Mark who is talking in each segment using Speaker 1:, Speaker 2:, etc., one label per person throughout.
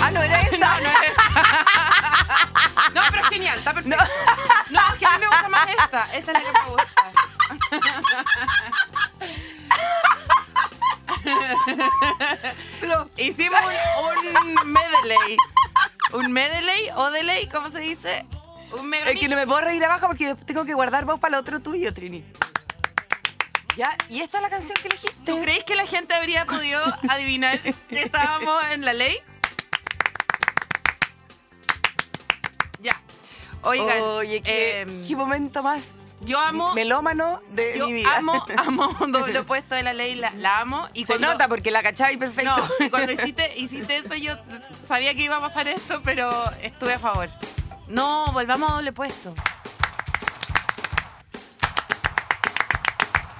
Speaker 1: Ah, no era esa.
Speaker 2: No, no es. No, pero es genial, está perfecto. No, es que a mí me gusta más esta. Esta es la que me gusta.
Speaker 1: Pero-
Speaker 2: Hicimos un, un medley. ¿Un medley? ¿O delay? ¿Cómo se dice? Un
Speaker 1: Es que
Speaker 2: medley.
Speaker 1: no me puedo reír abajo porque tengo que guardar voz para el otro tuyo, Trini. Ya, y esta es la canción que elegiste.
Speaker 2: ¿Tú crees que la gente habría podido adivinar que estábamos en la ley? Ya. Oigan,
Speaker 1: Oye, qué,
Speaker 2: em,
Speaker 1: qué momento más
Speaker 2: yo amo...
Speaker 1: melómano de
Speaker 2: Yo
Speaker 1: mi vida.
Speaker 2: amo, amo doble opuesto de la ley, la, la amo. Y
Speaker 1: Se
Speaker 2: cuando,
Speaker 1: nota porque la cachai perfecto.
Speaker 2: No, y cuando hiciste, hiciste eso yo sabía que iba a pasar esto, pero estuve a favor. No, volvamos a doble puesto.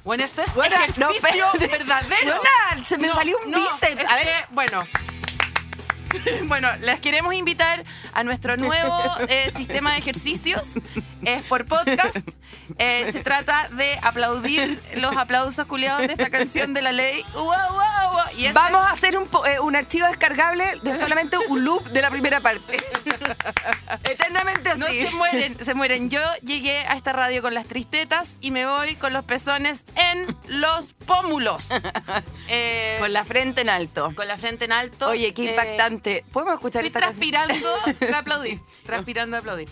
Speaker 2: Bueno, esto es
Speaker 1: Buena, no,
Speaker 2: ejercicio
Speaker 1: espérate.
Speaker 2: verdadero.
Speaker 1: Buena, se me salió un bíceps.
Speaker 2: es
Speaker 1: A ver.
Speaker 2: que, bueno. Bueno, les queremos invitar a nuestro nuevo eh, sistema de ejercicios. Es por podcast. Eh, se trata de aplaudir los aplausos culiados de esta canción de la ley. ¡Wow, wow, wow! Y ese-
Speaker 1: Vamos a hacer un, po- eh, un archivo descargable de solamente un loop de la primera parte. Eternamente así.
Speaker 2: No se mueren, se mueren. Yo llegué a esta radio con las tristetas y me voy con los pezones en los pómulos. Eh,
Speaker 1: Con la frente en alto.
Speaker 2: con la frente en alto.
Speaker 1: Oye, qué
Speaker 2: Eh,
Speaker 1: impactante. ¿Podemos escuchar
Speaker 2: Estoy
Speaker 1: esta canción?
Speaker 2: transpirando de aplaudir. Transpirando de aplaudir.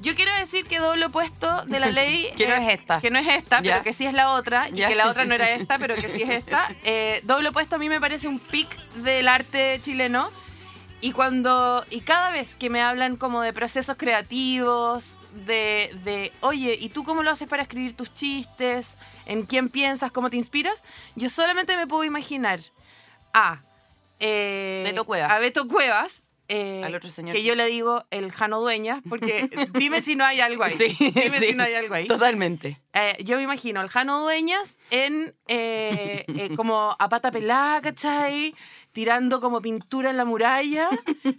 Speaker 2: Yo quiero decir que doble opuesto de la ley. eh,
Speaker 1: Que no es esta.
Speaker 2: Que no es esta,
Speaker 1: Ya.
Speaker 2: pero que sí es la otra.
Speaker 1: Ya.
Speaker 2: Y que la otra no era esta, pero que sí es esta. Eh, doble opuesto a mí me parece un pic del arte chileno. Y cuando. Y cada vez que me hablan como de procesos creativos, de, de oye, ¿y tú cómo lo haces para escribir tus chistes? ¿En quién piensas? ¿Cómo te inspiras? Yo solamente me puedo imaginar a. eh,
Speaker 1: Beto Cuevas.
Speaker 2: A Beto Cuevas. eh,
Speaker 1: Al otro señor.
Speaker 2: Que yo le digo el Jano Dueñas, porque dime si no hay algo ahí.
Speaker 1: Sí,
Speaker 2: dime
Speaker 1: sí.
Speaker 2: si no hay algo ahí.
Speaker 1: Totalmente.
Speaker 2: Eh, yo me imagino al Jano Dueñas en eh, eh, como a pata pelada, ¿cachai? Tirando como pintura en la muralla,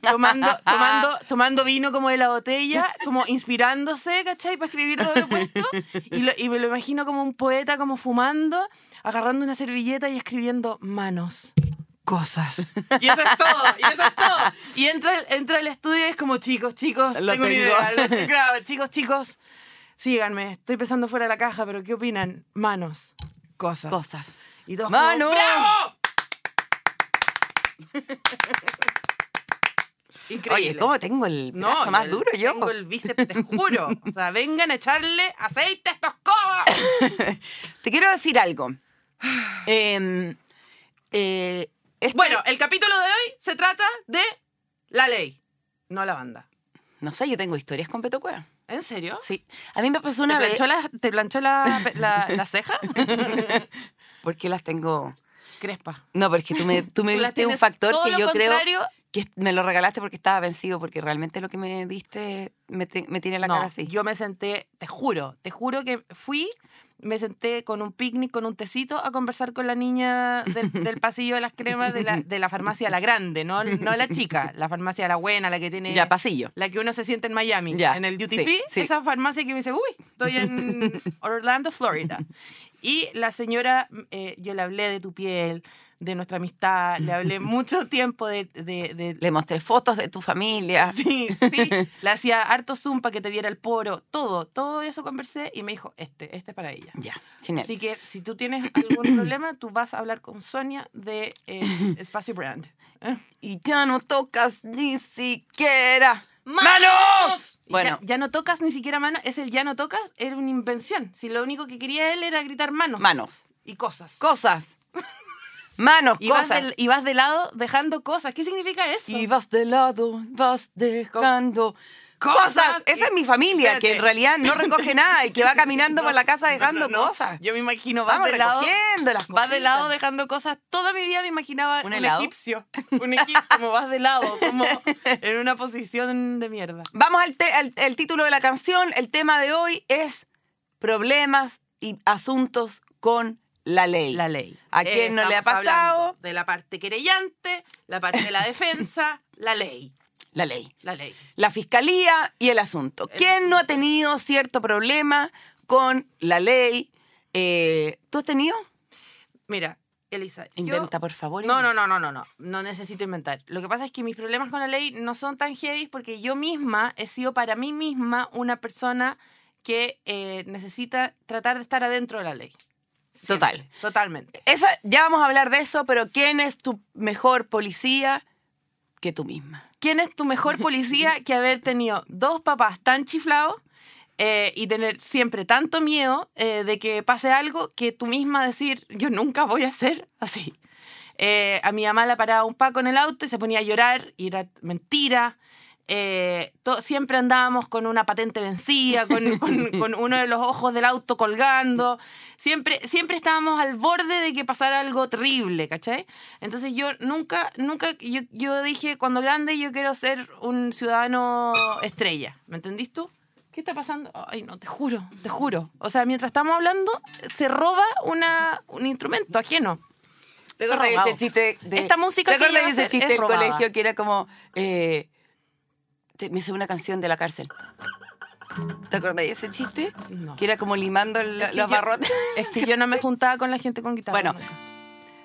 Speaker 2: tomando, tomando, tomando vino como de la botella, como inspirándose, ¿cachai? Para escribir todo lo puesto. Y, lo- y me lo imagino como un poeta, como fumando, agarrando una servilleta y escribiendo manos. Cosas. Y eso es todo, y eso es todo. Y entra, entra al estudio y es como, chicos, chicos,
Speaker 1: Lo
Speaker 2: tengo una
Speaker 1: tengo.
Speaker 2: idea. Lo- claro, chicos, chicos, síganme. Estoy pensando fuera de la caja, pero ¿qué opinan? Manos, cosas.
Speaker 1: Cosas.
Speaker 2: Y dos
Speaker 1: ¡Mano!
Speaker 2: ¡Bravo!
Speaker 1: Oye,
Speaker 2: Increíble.
Speaker 1: ¿cómo tengo el brazo más
Speaker 2: el-
Speaker 1: duro yo?
Speaker 2: Tengo el bíceps, te juro. O sea, vengan a echarle aceite a estos codos.
Speaker 1: Te quiero decir algo. Em, eh, este-
Speaker 2: Bueno, el capítulo de hoy se trata de la ley, no la banda.
Speaker 1: no sé, yo tengo historias con Beto Cueva.
Speaker 2: ¿En serio?
Speaker 1: Sí. A mí me pasó
Speaker 2: ¿Te
Speaker 1: una vez.
Speaker 2: planchó, la, te planchó la, la- la ceja?
Speaker 1: Porque las tengo.
Speaker 2: Crespa.
Speaker 1: No, porque tú me, tú me
Speaker 2: Tú las
Speaker 1: diste un
Speaker 2: tienes
Speaker 1: factor
Speaker 2: todo
Speaker 1: que
Speaker 2: lo
Speaker 1: yo creo
Speaker 2: contrario.
Speaker 1: que me lo regalaste porque estaba vencido, porque realmente lo que me diste me, te- me tiene la
Speaker 2: No,
Speaker 1: cara así.
Speaker 2: Yo me senté, te juro, te juro que fui, me senté con un picnic, con un tecito, a conversar con la niña del, del pasillo de las cremas de la, de la farmacia La Grande, no, no la chica, la farmacia La Buena, la que tiene...
Speaker 1: Ya, pasillo.
Speaker 2: la que uno se siente en Miami,
Speaker 1: Ya,
Speaker 2: en el duty
Speaker 1: sí,
Speaker 2: free,
Speaker 1: sí.
Speaker 2: esa farmacia que me dice, uy, estoy en Orlando, Florida. Y la señora, eh, yo le hablé de tu piel, de nuestra amistad, le hablé mucho tiempo de- de- de,
Speaker 1: Le mostré fotos de tu familia.
Speaker 2: Sí, sí. Le hacía harto zoom para que te viera el poro. Todo, todo eso conversé y me dijo, este, este es para ella.
Speaker 1: Ya, genial.
Speaker 2: Así que si tú tienes algún problema, tú vas a hablar con Sonia de eh, Espacio Brand.
Speaker 1: Y ya no tocas ni siquiera.
Speaker 2: ¡Manos!
Speaker 1: Bueno.
Speaker 2: Bueno. Ya, ya no tocas ni siquiera manos. Es el ya no tocas, era una invención. Si lo único que quería él era gritar manos.
Speaker 1: Manos.
Speaker 2: Y cosas.
Speaker 1: Cosas. Manos,
Speaker 2: y,
Speaker 1: cosas.
Speaker 2: Vas del- y vas de lado dejando cosas. ¿Qué significa eso?
Speaker 1: Y vas de lado, vas dejando cosas. Esa
Speaker 2: y-
Speaker 1: es mi familia, que en
Speaker 2: Espérate.
Speaker 1: realidad no recoge nada y que va caminando por la casa dejando cosas.
Speaker 2: Yo me imagino, vas
Speaker 1: Vamos
Speaker 2: de lado.
Speaker 1: recogiendo las cosas.
Speaker 2: Vas de lado dejando cosas. Toda mi vida me imaginaba
Speaker 1: ¿Un
Speaker 2: un,
Speaker 1: helado?
Speaker 2: egipcio. Un egipcio, como vas de lado, como en una posición de mierda.
Speaker 1: Vamos al, te- al- al título de la canción. El tema de hoy es problemas y asuntos con la ley.
Speaker 2: La ley.
Speaker 1: ¿A quién no le ha
Speaker 2: estamos
Speaker 1: pasado?
Speaker 2: hablando De la parte querellante, la parte de la defensa, la ley.
Speaker 1: La ley.
Speaker 2: La ley.
Speaker 1: La fiscalía y el asunto. ¿Quién no ha tenido cierto problema con la ley? Eh, ¿Tú has tenido?
Speaker 2: Mira, Elisa. yo-
Speaker 1: Inventa, por favor.
Speaker 2: No, no, no, no, no, no. No necesito inventar. Lo que pasa es que mis problemas con la ley no son tan heavy porque yo misma he sido para mí misma una persona que eh, necesita tratar de estar adentro de la ley. Siempre,
Speaker 1: Total.
Speaker 2: Totalmente.
Speaker 1: Esa, ya vamos a hablar de eso, pero ¿quién es tu mejor policía que tú misma?
Speaker 2: ¿Quién es tu mejor policía que haber tenido dos papás tan chiflados eh, y tener siempre tanto miedo eh, de que pase algo que tú misma decir, yo nunca voy a ser así? Eh, a mi mamá la paraba un paco en el auto y se ponía a llorar y era mentira. Eh, to- siempre andábamos con una patente vencida, con, con- con uno de los ojos del auto colgando. Siempre, siempre estábamos al borde de que pasara algo terrible, ¿cachai? Entonces yo nunca, nunca, yo, yo dije, cuando grande yo quiero ser un ciudadano estrella. ¿Me entendís tú? ¿Qué está pasando? Ay, no, te juro, te juro. O sea, mientras estamos hablando, se roba una, un instrumento ajeno.
Speaker 1: ¿Te acuerdas de
Speaker 2: Robado.
Speaker 1: ese chiste? De,
Speaker 2: Esta música
Speaker 1: ¿Te
Speaker 2: que iba
Speaker 1: acuerdas de
Speaker 2: a
Speaker 1: ese
Speaker 2: hacer
Speaker 1: chiste
Speaker 2: es
Speaker 1: del
Speaker 2: robada.
Speaker 1: colegio que era como. eh, te- me sé una canción de la cárcel. ¿Te acuerdas de ese chiste?
Speaker 2: No.
Speaker 1: Que era como limando el-
Speaker 2: Es que
Speaker 1: los
Speaker 2: yo-
Speaker 1: barrotes.
Speaker 2: Es que yo no me juntaba con la gente con guitarra.
Speaker 1: Bueno,
Speaker 2: nunca.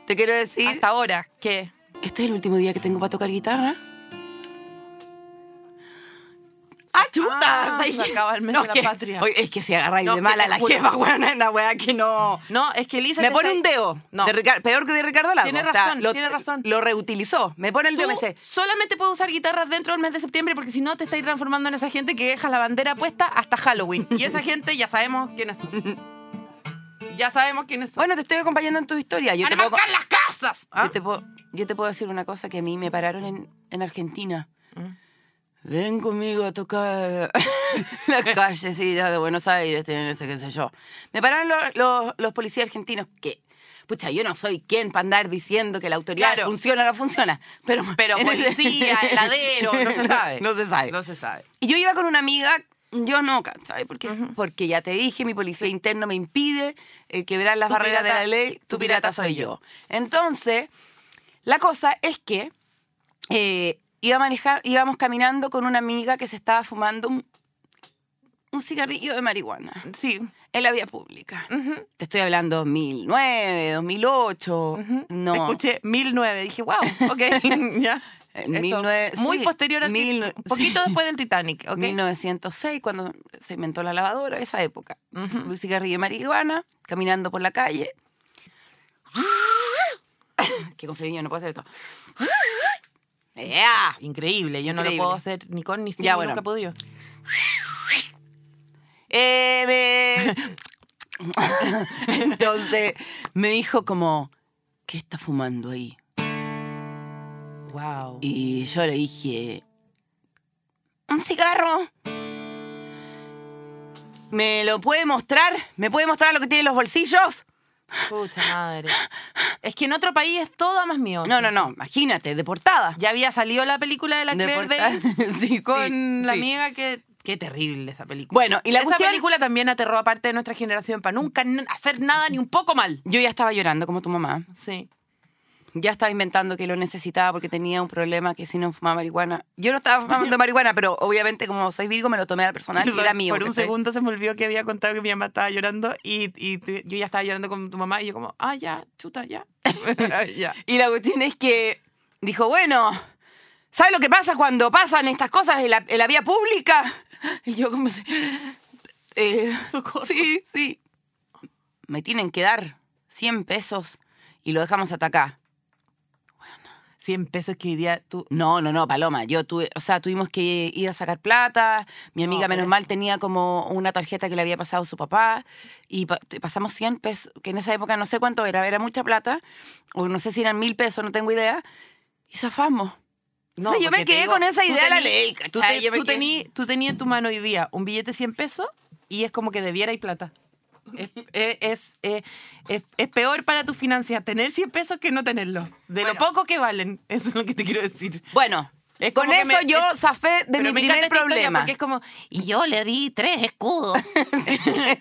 Speaker 1: Te quiero decir.
Speaker 2: hasta ahora, que
Speaker 1: Este es el último día que tengo para tocar guitarra. ¡Ah, chuta!
Speaker 2: Ah,
Speaker 1: ¿Sabes
Speaker 2: se
Speaker 1: qué?
Speaker 2: acaba el mes de la
Speaker 1: que-
Speaker 2: patria.
Speaker 1: Oye, es que se agarra ahí
Speaker 2: No,
Speaker 1: de
Speaker 2: que
Speaker 1: mala
Speaker 2: te
Speaker 1: la
Speaker 2: juro.
Speaker 1: jefa, weón. Es una weá que no.
Speaker 2: No, es que Elisa.
Speaker 1: Me
Speaker 2: te
Speaker 1: pone
Speaker 2: está-
Speaker 1: un dedo
Speaker 2: No.
Speaker 1: de Rica- peor que de Ricardo Lago.
Speaker 2: Tiene
Speaker 1: O sea,
Speaker 2: razón,
Speaker 1: lo,
Speaker 2: tiene razón.
Speaker 1: Lo reutilizó. Me pone el
Speaker 2: Tú
Speaker 1: dedo y me dice,
Speaker 2: solamente puedes usar guitarras dentro del mes de septiembre porque si no te estáis transformando en esa gente que deja la bandera puesta hasta Halloween. Y esa gente ya sabemos quiénes son. Ya sabemos quiénes son.
Speaker 1: bueno, te estoy acompañando en tus historias. Yo
Speaker 2: ¡Van
Speaker 1: te,
Speaker 2: a
Speaker 1: puedo,
Speaker 2: marcar las casas! ¿Ah?
Speaker 1: yo, te puedo, yo te puedo decir una cosa que a mí me pararon en, en Argentina.
Speaker 2: Mm.
Speaker 1: Ven conmigo a tocar las callecitas de Buenos Aires, te- no sé qué sé yo. Me pararon los, los- los policías argentinos que, pucha, yo no soy quien para andar diciendo que la autoridad
Speaker 2: Claro.
Speaker 1: funciona o no funciona. Pero,
Speaker 2: Pero policía, heladero, no se sabe.
Speaker 1: No se sabe.
Speaker 2: No se sabe.
Speaker 1: Y yo iba con una amiga, yo no, ¿sabes? Porque, porque ya te dije, mi policía interno me impide eh, quebrar las
Speaker 2: Tu
Speaker 1: barreras de
Speaker 2: pirata-
Speaker 1: la ley, tu,
Speaker 2: tu
Speaker 1: pirata,
Speaker 2: pirata soy
Speaker 1: soy yo. Entonces, la cosa es que eh, iba a manejar, íbamos caminando con una amiga que se estaba fumando un, un cigarrillo de marihuana
Speaker 2: Sí.
Speaker 1: en la vía pública.
Speaker 2: Ujú,
Speaker 1: Te estoy hablando 2009, 2008,
Speaker 2: ujú.
Speaker 1: no.
Speaker 2: Escuché 1009. Dije, wow, ok. ya.
Speaker 1: eh,
Speaker 2: Esto,
Speaker 1: 19
Speaker 2: muy
Speaker 1: sí,
Speaker 2: posterior al
Speaker 1: mil-
Speaker 2: Titanic. Un poquito después del Titanic, ok.
Speaker 1: 1906, cuando se inventó la lavadora, esa época.
Speaker 2: Ujú.
Speaker 1: un cigarrillo de marihuana, caminando por la calle. que con frenillo no puedo hacer esto. ¡Ea!
Speaker 2: Increíble, yo no
Speaker 1: Increíble.
Speaker 2: lo puedo hacer ni con ni sin,
Speaker 1: Ya, bueno.
Speaker 2: nunca he podido.
Speaker 1: Eh, me- Entonces me dijo como, ¿qué está fumando ahí?
Speaker 2: Wow.
Speaker 1: Y yo le dije, un cigarro. ¿Me lo puede mostrar? ¿Me puede mostrar lo que tiene en los bolsillos?
Speaker 2: Pucha madre. Es que en otro país es todo más mío.
Speaker 1: No, no, no, imagínate, deportada.
Speaker 2: Ya había salido la película de la Claire
Speaker 1: Deportada.
Speaker 2: Danes
Speaker 1: Sí,
Speaker 2: con
Speaker 1: sí,
Speaker 2: la
Speaker 1: sí.
Speaker 2: amiga que. Qué terrible esa película.
Speaker 1: Bueno, y la
Speaker 2: esa
Speaker 1: cuestión-
Speaker 2: película también aterró a parte de nuestra generación para nunca n- hacer nada ni un poco mal.
Speaker 1: Yo ya estaba llorando como tu mamá.
Speaker 2: Sí.
Speaker 1: Ya estaba inventando que lo necesitaba porque tenía un problema que si no fumaba marihuana. Yo no estaba fumando marihuana, pero obviamente como soy Virgo me lo tomé al personal y
Speaker 2: Perdón,
Speaker 1: era mío.
Speaker 2: Por un
Speaker 1: ¿cachai?
Speaker 2: segundo se me olvidó que había contado que mi mamá estaba llorando y, y tu- yo ya estaba llorando con tu mamá y yo como, ah, ya, chuta, ya. ya.
Speaker 1: Y la cuestión es que dijo, bueno, ¿sabes lo que pasa cuando pasan estas cosas en la, en la vía pública? Y yo como... si- eh,
Speaker 2: Socorro.
Speaker 1: sí, sí. Me tienen que dar 100 pesos y lo dejamos hasta acá.
Speaker 2: 100 pesos que hoy día tú
Speaker 1: No, no, no, Paloma. Yo tuve, o sea, tuvimos que ir a sacar plata. Mi
Speaker 2: No,
Speaker 1: amiga,
Speaker 2: pero
Speaker 1: menos
Speaker 2: es-
Speaker 1: mal, tenía como una tarjeta que le había pasado su papá. Y pa- te- pasamos 100 pesos, que en esa época no sé cuánto era, era mucha plata. O no sé si eran mil pesos, no tengo idea. Y zafamos. No, yo
Speaker 2: porque
Speaker 1: me
Speaker 2: te
Speaker 1: quedé
Speaker 2: digo,
Speaker 1: con esa
Speaker 2: tú
Speaker 1: idea de la
Speaker 2: tení-
Speaker 1: ley,
Speaker 2: Tú,
Speaker 1: ¿cachai?
Speaker 2: te-
Speaker 1: Yo me
Speaker 2: tú
Speaker 1: quedé-
Speaker 2: tení- tú tenías en tu mano hoy día un billete de 100 pesos y es como que debiera y plata. Es, es, es- es- es peor para tus finanzas tener 100 pesos que no tenerlo. De
Speaker 1: Bueno.
Speaker 2: lo poco que valen. Eso es lo que te quiero decir.
Speaker 1: Bueno,
Speaker 2: Es como
Speaker 1: con
Speaker 2: que
Speaker 1: eso
Speaker 2: me-
Speaker 1: yo
Speaker 2: es-
Speaker 1: zafé de
Speaker 2: Pero
Speaker 1: mi
Speaker 2: me encanta
Speaker 1: primer
Speaker 2: esta historia
Speaker 1: problema.
Speaker 2: Porque es como, y yo le di tres escudos.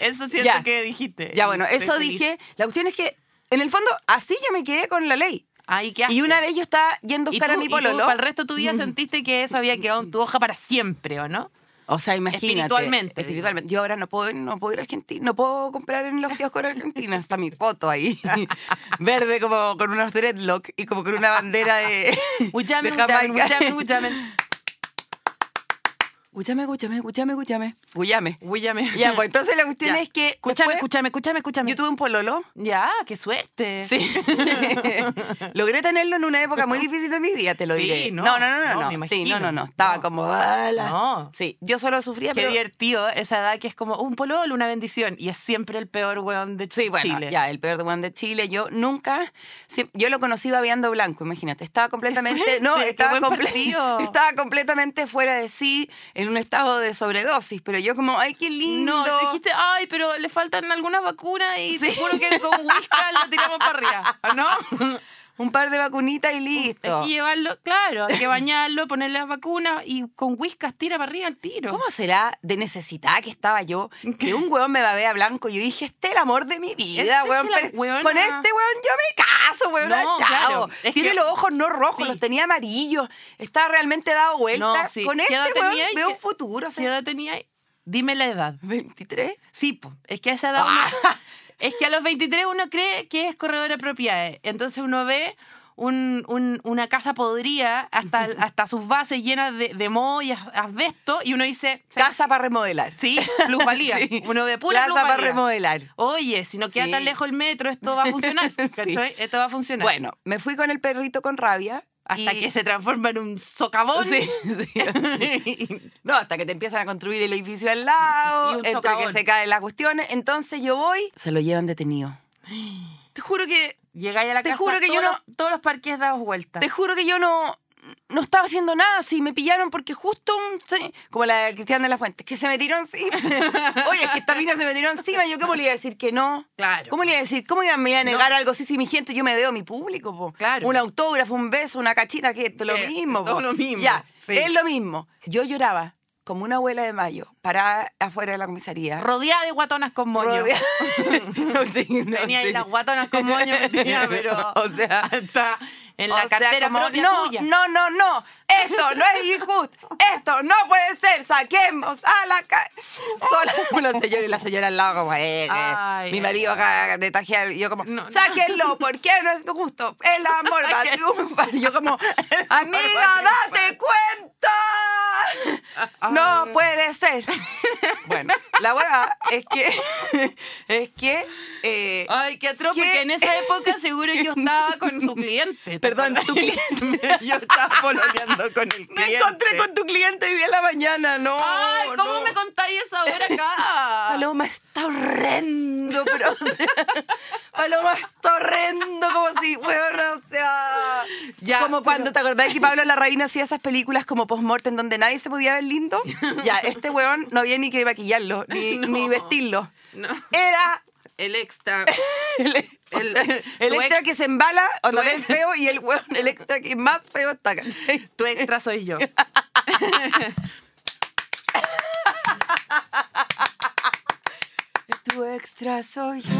Speaker 2: eso siento
Speaker 1: Ya.
Speaker 2: que dijiste.
Speaker 1: Ya, bueno,
Speaker 2: Estoy
Speaker 1: eso
Speaker 2: feliz.
Speaker 1: dije. La cuestión es que, en el fondo, así yo me quedé con la ley.
Speaker 2: Ay, ¿qué
Speaker 1: Y
Speaker 2: haces?
Speaker 1: una vez yo estaba yendo a buscar a mi pololo. Mm.
Speaker 2: para el resto de tu vida sentiste que eso había quedado en tu hoja para siempre, ¿o no?
Speaker 1: O sea, imagínate.
Speaker 2: Espiritualmente,
Speaker 1: Espiritualmente. Yo ahora no puedo, no puedo ir a Argentina, no puedo comprar en los kioscos en Argentina. Está mi foto ahí, verde como con unos dreadlocks y como con una bandera de,
Speaker 2: Uchame,
Speaker 1: de
Speaker 2: uchame,
Speaker 1: Jamaica.
Speaker 2: uchame, uchame.
Speaker 1: Escúchame, escúchame, escúchame, escúchame. Escúchame.
Speaker 2: Uchame.
Speaker 1: Ya, pues entonces la cuestión
Speaker 2: Ya.
Speaker 1: es que
Speaker 2: Escúchame,
Speaker 1: después
Speaker 2: escúchame, escúchame, escúchame.
Speaker 1: yo tuve un pololo.
Speaker 2: Ya, qué suerte.
Speaker 1: Sí. Logré tenerlo en una época muy difícil de mi vida, te lo
Speaker 2: Sí,
Speaker 1: diré.
Speaker 2: no,
Speaker 1: no, no, no,
Speaker 2: no,
Speaker 1: no.
Speaker 2: me
Speaker 1: no. Sí,
Speaker 2: imagino.
Speaker 1: no, no, no. Estaba
Speaker 2: No.
Speaker 1: como. "Ala".
Speaker 2: No.
Speaker 1: Sí, yo solo sufría,
Speaker 2: Qué
Speaker 1: pero.
Speaker 2: divertido esa edad que es como un pololo, una bendición. Y es siempre el peor weón de
Speaker 1: Sí, bueno,
Speaker 2: Chile.
Speaker 1: ya, el peor de Juan de Chile. Yo nunca, sí, yo lo conocí babeando blanco, imagínate. Estaba completamente,
Speaker 2: suerte!
Speaker 1: no,
Speaker 2: ¡Qué
Speaker 1: estaba,
Speaker 2: buen partido!
Speaker 1: estaba completamente fuera de sí, en un estado de sobredosis. Pero yo como, ay, qué lindo.
Speaker 2: No, te dijiste, ay, pero le faltan algunas vacunas y
Speaker 1: Sí.
Speaker 2: seguro que con whiskas lo tiramos para arriba, ¿o no?
Speaker 1: Un par de vacunitas y listo.
Speaker 2: Hay que llevarlo, claro, hay que bañarlo, ponerle las vacunas y con whiskas tira para arriba el tiro.
Speaker 1: ¿Cómo será de necesidad que estaba yo que un huevón me babea blanco? y Yo dije, este es el amor de mi vida,
Speaker 2: Este es
Speaker 1: huevón.
Speaker 2: la
Speaker 1: pero
Speaker 2: huevona.
Speaker 1: Con este huevón yo me caso, huevón.
Speaker 2: No,
Speaker 1: chao.
Speaker 2: claro, es
Speaker 1: Tiene
Speaker 2: que-
Speaker 1: los ojos no
Speaker 2: Sí.
Speaker 1: rojos, los tenía amarillos. Estaba realmente dado vuelta.
Speaker 2: No, sí.
Speaker 1: Con
Speaker 2: ¿Qué
Speaker 1: este
Speaker 2: edad
Speaker 1: huevón
Speaker 2: tenía y
Speaker 1: veo
Speaker 2: qué-
Speaker 1: un futuro. o sea,
Speaker 2: ¿Qué edad tenía? ahí? Dime la edad.
Speaker 1: 23.
Speaker 2: Sí, po, es que a esa edad. uno-
Speaker 1: ¡Ah!
Speaker 2: es que a los 23 uno cree que es corredor de propiedades. Entonces uno ve un- un- una casa podrida hasta, hasta sus bases llenas de, de moho y as- asbesto y uno dice.
Speaker 1: Casa para remodelar.
Speaker 2: Sí, plusvalía.
Speaker 1: Sí.
Speaker 2: Uno ve pura
Speaker 1: Plaza para
Speaker 2: plusvalía.
Speaker 1: remodelar.
Speaker 2: Oye, si no queda
Speaker 1: Sí.
Speaker 2: tan lejos el metro, esto va a funcionar.
Speaker 1: Sí.
Speaker 2: ¿cachai? Esto va a funcionar.
Speaker 1: Bueno, me fui con el perrito con rabia.
Speaker 2: Hasta
Speaker 1: y-
Speaker 2: que se transforma en un socavón.
Speaker 1: Sí, sí. No, hasta que te empiezan a construir el edificio al lado,
Speaker 2: Y un
Speaker 1: entre
Speaker 2: socavón.
Speaker 1: que se caen las cuestiones. Entonces yo voy, se lo llevan detenido. Te juro que,
Speaker 2: Llegáis a la
Speaker 1: Te
Speaker 2: casa.
Speaker 1: juro que yo
Speaker 2: todos
Speaker 1: no-
Speaker 2: los- todos los parques dados vueltas.
Speaker 1: te juro que yo no, no estaba haciendo nada. Si me pillaron porque justo un, se- como la de Cristian de la Fuente, que se me tiró encima. Oye, es que esta mina se me tiró encima. Yo cómo le iba a decir que no.
Speaker 2: Claro.
Speaker 1: ¿Cómo le iba a decir? ¿Cómo iba- me iba a negar algo así si mi gente, yo me debo a mi público? po?
Speaker 2: Claro.
Speaker 1: Un autógrafo, un beso, una cachita, que es lo
Speaker 2: Eh,
Speaker 1: mismo.
Speaker 2: todo
Speaker 1: po.
Speaker 2: lo mismo,
Speaker 1: Ya,
Speaker 2: sí.
Speaker 1: es lo mismo. Yo lloraba como una abuela de mayo, parada afuera de la comisaría.
Speaker 2: Rodeada de guatonas con moño.
Speaker 1: rodea- No, sí, no,
Speaker 2: Tenía ahí
Speaker 1: sí.
Speaker 2: las guatonas con moño que tenía, pero.
Speaker 1: O sea,
Speaker 2: hasta en
Speaker 1: O
Speaker 2: la
Speaker 1: sea,
Speaker 2: cartera
Speaker 1: como,
Speaker 2: propia
Speaker 1: no,
Speaker 2: tuya.
Speaker 1: no, no, no, esto no es injusto, esto no puede ser, saquemos a la calle. Sola, los señores y la señora al lado como, eh, eh,
Speaker 2: Ay,
Speaker 1: mi
Speaker 2: ay,
Speaker 1: marido acá de tajear, y yo como,
Speaker 2: No, no.
Speaker 1: sáquenlo, porque no es justo, el amor va a triunfar. Yo como, amiga, date cuenta, no puede ser. Bueno, la hueva es que, es que... eh,
Speaker 2: Ay, qué atroz,
Speaker 1: ¿Qué?
Speaker 2: porque en esa época seguro yo estaba con su cliente. ¿te
Speaker 1: Perdón,
Speaker 2: acuerdas?
Speaker 1: tu cliente.
Speaker 2: yo estaba pololeando con el
Speaker 1: Me
Speaker 2: cliente.
Speaker 1: encontré con tu cliente hoy día en la mañana, no.
Speaker 2: Ay, ¿cómo
Speaker 1: no.
Speaker 2: me contáis eso ahora acá?
Speaker 1: Paloma está horrendo, pero o sea, Paloma está horrendo como si fuera, o sea,
Speaker 2: Ya,
Speaker 1: como cuando te acordás que Pablo Larraín hacía esas películas como post-mortem donde nadie se podía ver lindo. Ya, este weón no había ni que maquillarlo, ni,
Speaker 2: No.
Speaker 1: ni vestirlo.
Speaker 2: No.
Speaker 1: Era
Speaker 2: El extra.
Speaker 1: el, el- el
Speaker 2: tu
Speaker 1: extra
Speaker 2: ex-
Speaker 1: que se embala, onda es feo y el weón, el extra que más feo está, ¿cachai?
Speaker 2: Tu extra soy yo.
Speaker 1: Tu extra soy yo.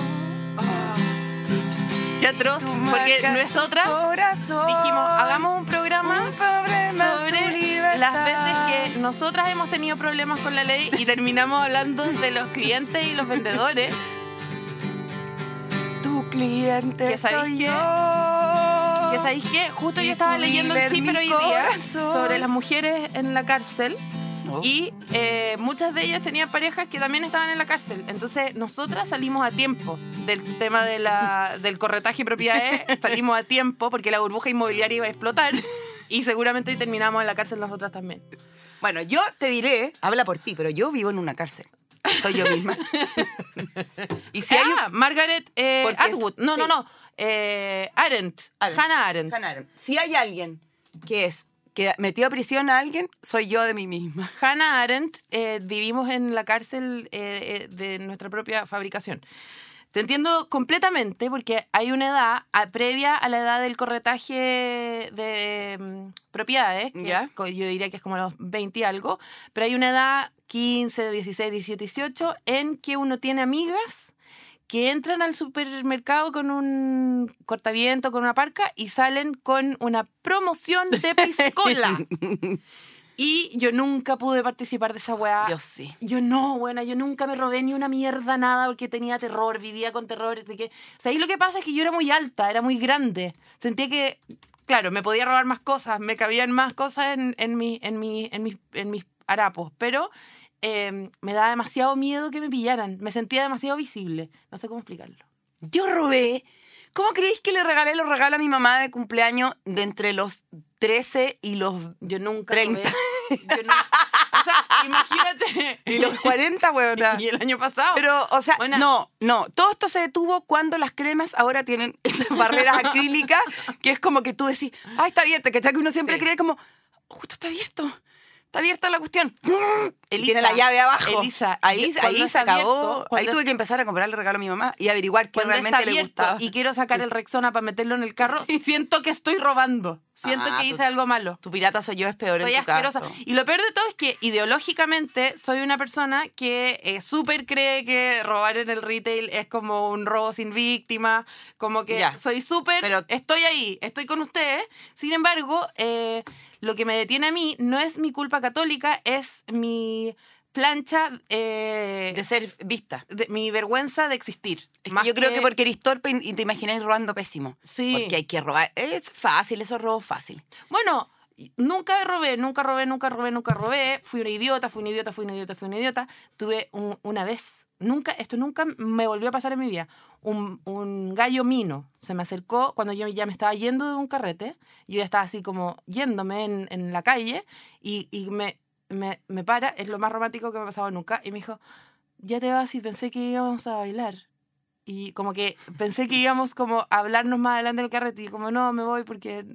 Speaker 2: Qué atroz, porque nosotras dijimos, hagamos un programa sobre las veces que nosotras hemos tenido problemas con la ley y terminamos hablando de los clientes y los vendedores.
Speaker 1: Tu cliente
Speaker 2: ¿Que sabéis
Speaker 1: soy
Speaker 2: qué?
Speaker 1: yo.
Speaker 2: Que sabéis que justo
Speaker 1: Y
Speaker 2: yo estaba
Speaker 1: tu
Speaker 2: leyendo el
Speaker 1: dealer,
Speaker 2: sí,
Speaker 1: mi
Speaker 2: pero hoy día
Speaker 1: corazón.
Speaker 2: sobre las mujeres en la cárcel
Speaker 1: Oh.
Speaker 2: y eh, muchas de ellas tenían parejas que también estaban en la cárcel. Entonces nosotras salimos a tiempo del tema de la, del corretaje y propiedades, salimos a tiempo porque la burbuja inmobiliaria iba a explotar y seguramente terminamos en la cárcel nosotras también.
Speaker 1: Bueno, yo te diré, habla por ti, pero yo vivo en una cárcel. Soy yo misma. y si hay un-
Speaker 2: ah, Margaret eh,
Speaker 1: Porque es-
Speaker 2: Atwood. No, no,
Speaker 1: sí.
Speaker 2: no. Eh, Arendt.
Speaker 1: Arendt.
Speaker 2: Hannah Arendt.
Speaker 1: Hannah Arendt, Si hay alguien que es que metió a prisión a alguien, soy yo de mí misma.
Speaker 2: Hannah Arendt, eh, vivimos en la cárcel eh, eh, de nuestra propia fabricación. Te entiendo completamente porque hay una edad a- previa a la edad del corretaje de mm, propiedades, que
Speaker 1: Ya.
Speaker 2: co- yo diría que es como los 20 y algo, pero hay una edad 15, 16, 17, 18 en que uno tiene amigas que entran al supermercado con un cortaviento, con una parca y salen con una promoción de piscola. Y yo nunca pude participar de esa weá.
Speaker 1: Yo sí.
Speaker 2: Yo no, buena, yo nunca me robé ni una mierda, nada, porque tenía terror, vivía con terror. De que... O sea, ahí lo que pasa es que yo era muy alta, era muy grande. Sentía que, claro, me podía robar más cosas, me cabían más cosas en, en, mi- en, mi- en mis, en mis harapos, pero eh, me daba demasiado miedo que me pillaran. Me sentía demasiado visible. No sé cómo explicarlo.
Speaker 1: Yo robé. ¿Cómo creéis que le regalé los regalos a mi mamá de cumpleaños de entre los 13 y los,
Speaker 2: Yo nunca.
Speaker 1: 30.
Speaker 2: robé, yo nu- o sea, imagínate.
Speaker 1: y los 40, huevona?
Speaker 2: Y el año pasado.
Speaker 1: Pero, o sea,
Speaker 2: Buena.
Speaker 1: no, no. Todo esto se detuvo cuando las cremas ahora tienen esas barreras acrílicas que es como que tú decís, ah, está abierta, ¿cachai? Que uno siempre
Speaker 2: Sí.
Speaker 1: cree como, justo está abierto. Está abierta la cuestión. Él
Speaker 2: Elisa,
Speaker 1: tiene la llave abajo.
Speaker 2: Elisa,
Speaker 1: ahí
Speaker 2: yo- cuando
Speaker 1: ahí se
Speaker 2: está
Speaker 1: acabó.
Speaker 2: abierto,
Speaker 1: ahí
Speaker 2: cuando
Speaker 1: tuve
Speaker 2: es-
Speaker 1: que empezar a comprarle regalo a mi mamá y averiguar qué
Speaker 2: cuando
Speaker 1: realmente
Speaker 2: está
Speaker 1: le
Speaker 2: abierto
Speaker 1: gustaba.
Speaker 2: y quiero sacar el Rexona para meterlo en el carro, siento que estoy robando. Siento
Speaker 1: Ah,
Speaker 2: que
Speaker 1: tú-
Speaker 2: hice algo malo.
Speaker 1: Tu pirata soy yo, es peor
Speaker 2: Soy
Speaker 1: en tu
Speaker 2: asquerosa.
Speaker 1: caso.
Speaker 2: Y lo peor de todo es que ideológicamente soy una persona que eh, súper cree que robar en el retail es como un robo sin víctima, como que
Speaker 1: Ya.
Speaker 2: soy súper,
Speaker 1: Pero-
Speaker 2: estoy ahí, estoy con ustedes. Sin embargo, eh, lo que me detiene a mí no es mi culpa católica, es mi plancha, eh,
Speaker 1: De ser vista.
Speaker 2: de- mi vergüenza de existir.
Speaker 1: Es que
Speaker 2: Más
Speaker 1: yo creo que... porque eres torpe y y te imagináis robando pésimo.
Speaker 2: Sí.
Speaker 1: Porque hay que robar. Es fácil, eso es robo fácil.
Speaker 2: Bueno, nunca robé, nunca robé, nunca robé, nunca robé. Fui una idiota, fui una idiota, fui una idiota, fui una idiota. Tuve un- una vez, nunca, esto nunca me volvió a pasar en mi vida. Un, un gallo mino se me acercó cuando yo ya me estaba yendo de un carrete. Yo ya estaba así como yéndome en, en la calle y, y me, me, me para, es lo más romántico que me ha pasado nunca. Y me dijo, ya te vas y pensé que íbamos a bailar. Y como que pensé que íbamos como a hablarnos más adelante del carrete. Y yo como, no, me voy porque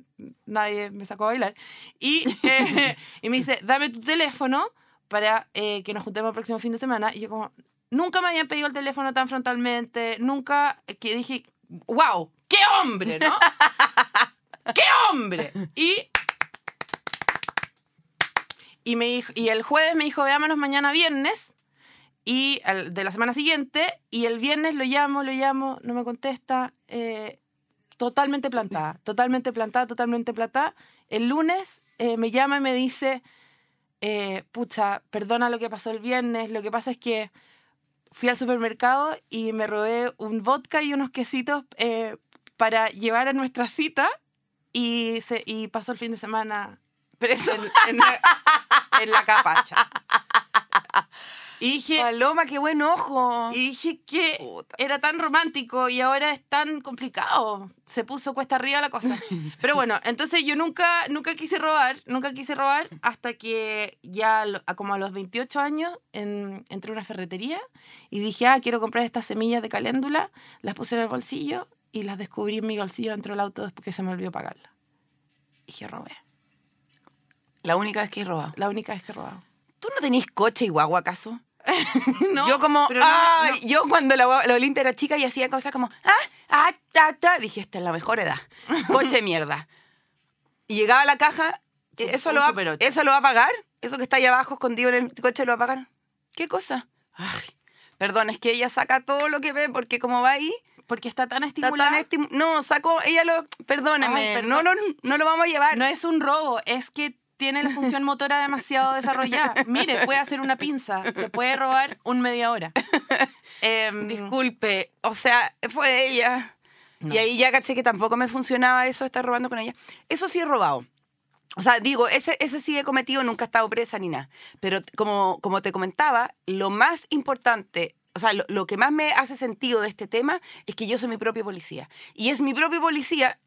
Speaker 2: nadie me sacó a bailar. Y, eh, y me dice, dame tu teléfono para eh, que nos juntemos el próximo fin de semana. Y yo como, nunca me habían pedido el teléfono tan frontalmente. Nunca, que dije, wow, qué hombre, ¿no? ¡Qué hombre! Y... Y, me dijo, y el jueves me dijo, veámonos mañana viernes y al- de la semana siguiente y el viernes lo llamo, lo llamo, no me contesta, eh, totalmente plantada, totalmente plantada, totalmente plantada. El lunes eh, me llama y me dice, eh, pucha, perdona lo que pasó el viernes, lo que pasa es que fui al supermercado y me robé un vodka y unos quesitos eh, para llevar a nuestra cita y, se, y pasó el fin de semana
Speaker 1: Pero eso
Speaker 2: en, en la, en la capacha. Y dije,
Speaker 1: Paloma, qué buen ojo.
Speaker 2: y dije que
Speaker 1: Puta.
Speaker 2: era tan romántico y ahora es tan complicado. Se puso cuesta arriba la cosa. Pero bueno, entonces yo nunca, nunca quise robar, nunca quise robar hasta que ya a lo- a como a los 28 años en- entré a una ferretería y dije, ah, quiero comprar estas semillas de caléndula. Las puse en el bolsillo y las descubrí en mi bolsillo dentro del auto después que se me olvidó pagarla. Y dije, robé.
Speaker 1: La única vez que he robado.
Speaker 2: La única vez que he robado.
Speaker 1: ¿Tú no tenés coche y guagua acaso?
Speaker 2: No,
Speaker 1: yo como,
Speaker 2: pero no,
Speaker 1: "Ay",
Speaker 2: no.
Speaker 1: yo cuando la, guagua- la Olimpia era chica y hacía cosas como, ah, ah, ta, ta, dije, esta es la mejor edad. Coche de mierda. Y llegaba a la caja, eh, ¿eso
Speaker 2: Un
Speaker 1: lo, va,
Speaker 2: Super ocho.
Speaker 1: ¿eso lo va a pagar? ¿Eso que está ahí abajo escondido en el coche lo va a pagar? ¿Qué cosa? Ay, perdón, es que ella saca todo lo que ve porque como va ahí,
Speaker 2: Porque está tan
Speaker 1: está
Speaker 2: estimulada.
Speaker 1: tan estimu- este, No, sacó, ella lo, perdóneme,
Speaker 2: Ay, perdón.
Speaker 1: No, lo, no lo vamos a llevar.
Speaker 2: No es un robo, es que tiene la función motora demasiado desarrollada. Mire, puede hacer una pinza, se puede robar un media hora. Em,
Speaker 1: Disculpe, o sea, fue ella. Y ahí ya caché que tampoco me funcionaba eso, de estar robando con ella. Eso sí he robado. O sea, digo, ese, ese sí he cometido, nunca he estado presa ni nada. Pero t- como, como te comentaba, lo más importante, o sea, lo, lo que más me hace sentido de este tema es que yo soy mi propio policía. Y es mi propio policía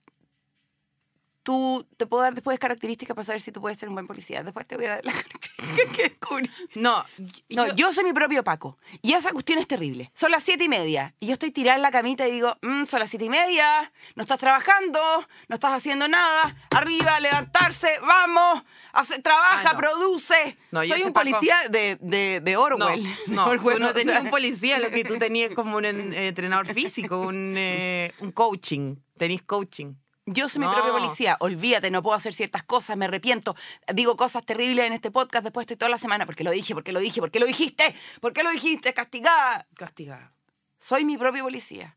Speaker 1: tú te puedo dar después características para saber si tú puedes ser un buen policía. Después te voy a dar las características que descubrí.
Speaker 2: No,
Speaker 1: No, yo, soy mi propio Paco. Y esa cuestión es terrible. Son las siete y media. Y yo estoy tirada en la camita y digo, "Mm, son las siete y media, no estás trabajando, no estás haciendo nada. Arriba, levantarse, vamos, hace- trabaja,
Speaker 2: Ah, no.
Speaker 1: produce.
Speaker 2: No, yo
Speaker 1: soy
Speaker 2: ese
Speaker 1: un
Speaker 2: Paco-
Speaker 1: policía de, de, de Orwell.
Speaker 2: No,
Speaker 1: De
Speaker 2: no,
Speaker 1: Orwell,
Speaker 2: tú no
Speaker 1: o sea,
Speaker 2: tenías un policía, lo que tú tenías como un en- eh, entrenador físico, un, eh, un coaching. Tenís coaching.
Speaker 1: Yo soy mi
Speaker 2: No.
Speaker 1: propio policía. Olvídate, no puedo hacer ciertas cosas, me arrepiento. Digo cosas terribles en este podcast después de toda la semana. Porque lo dije, porque lo dije, porque lo dijiste, porque lo dijiste, castigada.
Speaker 2: Castigada.
Speaker 1: Soy mi propio policía.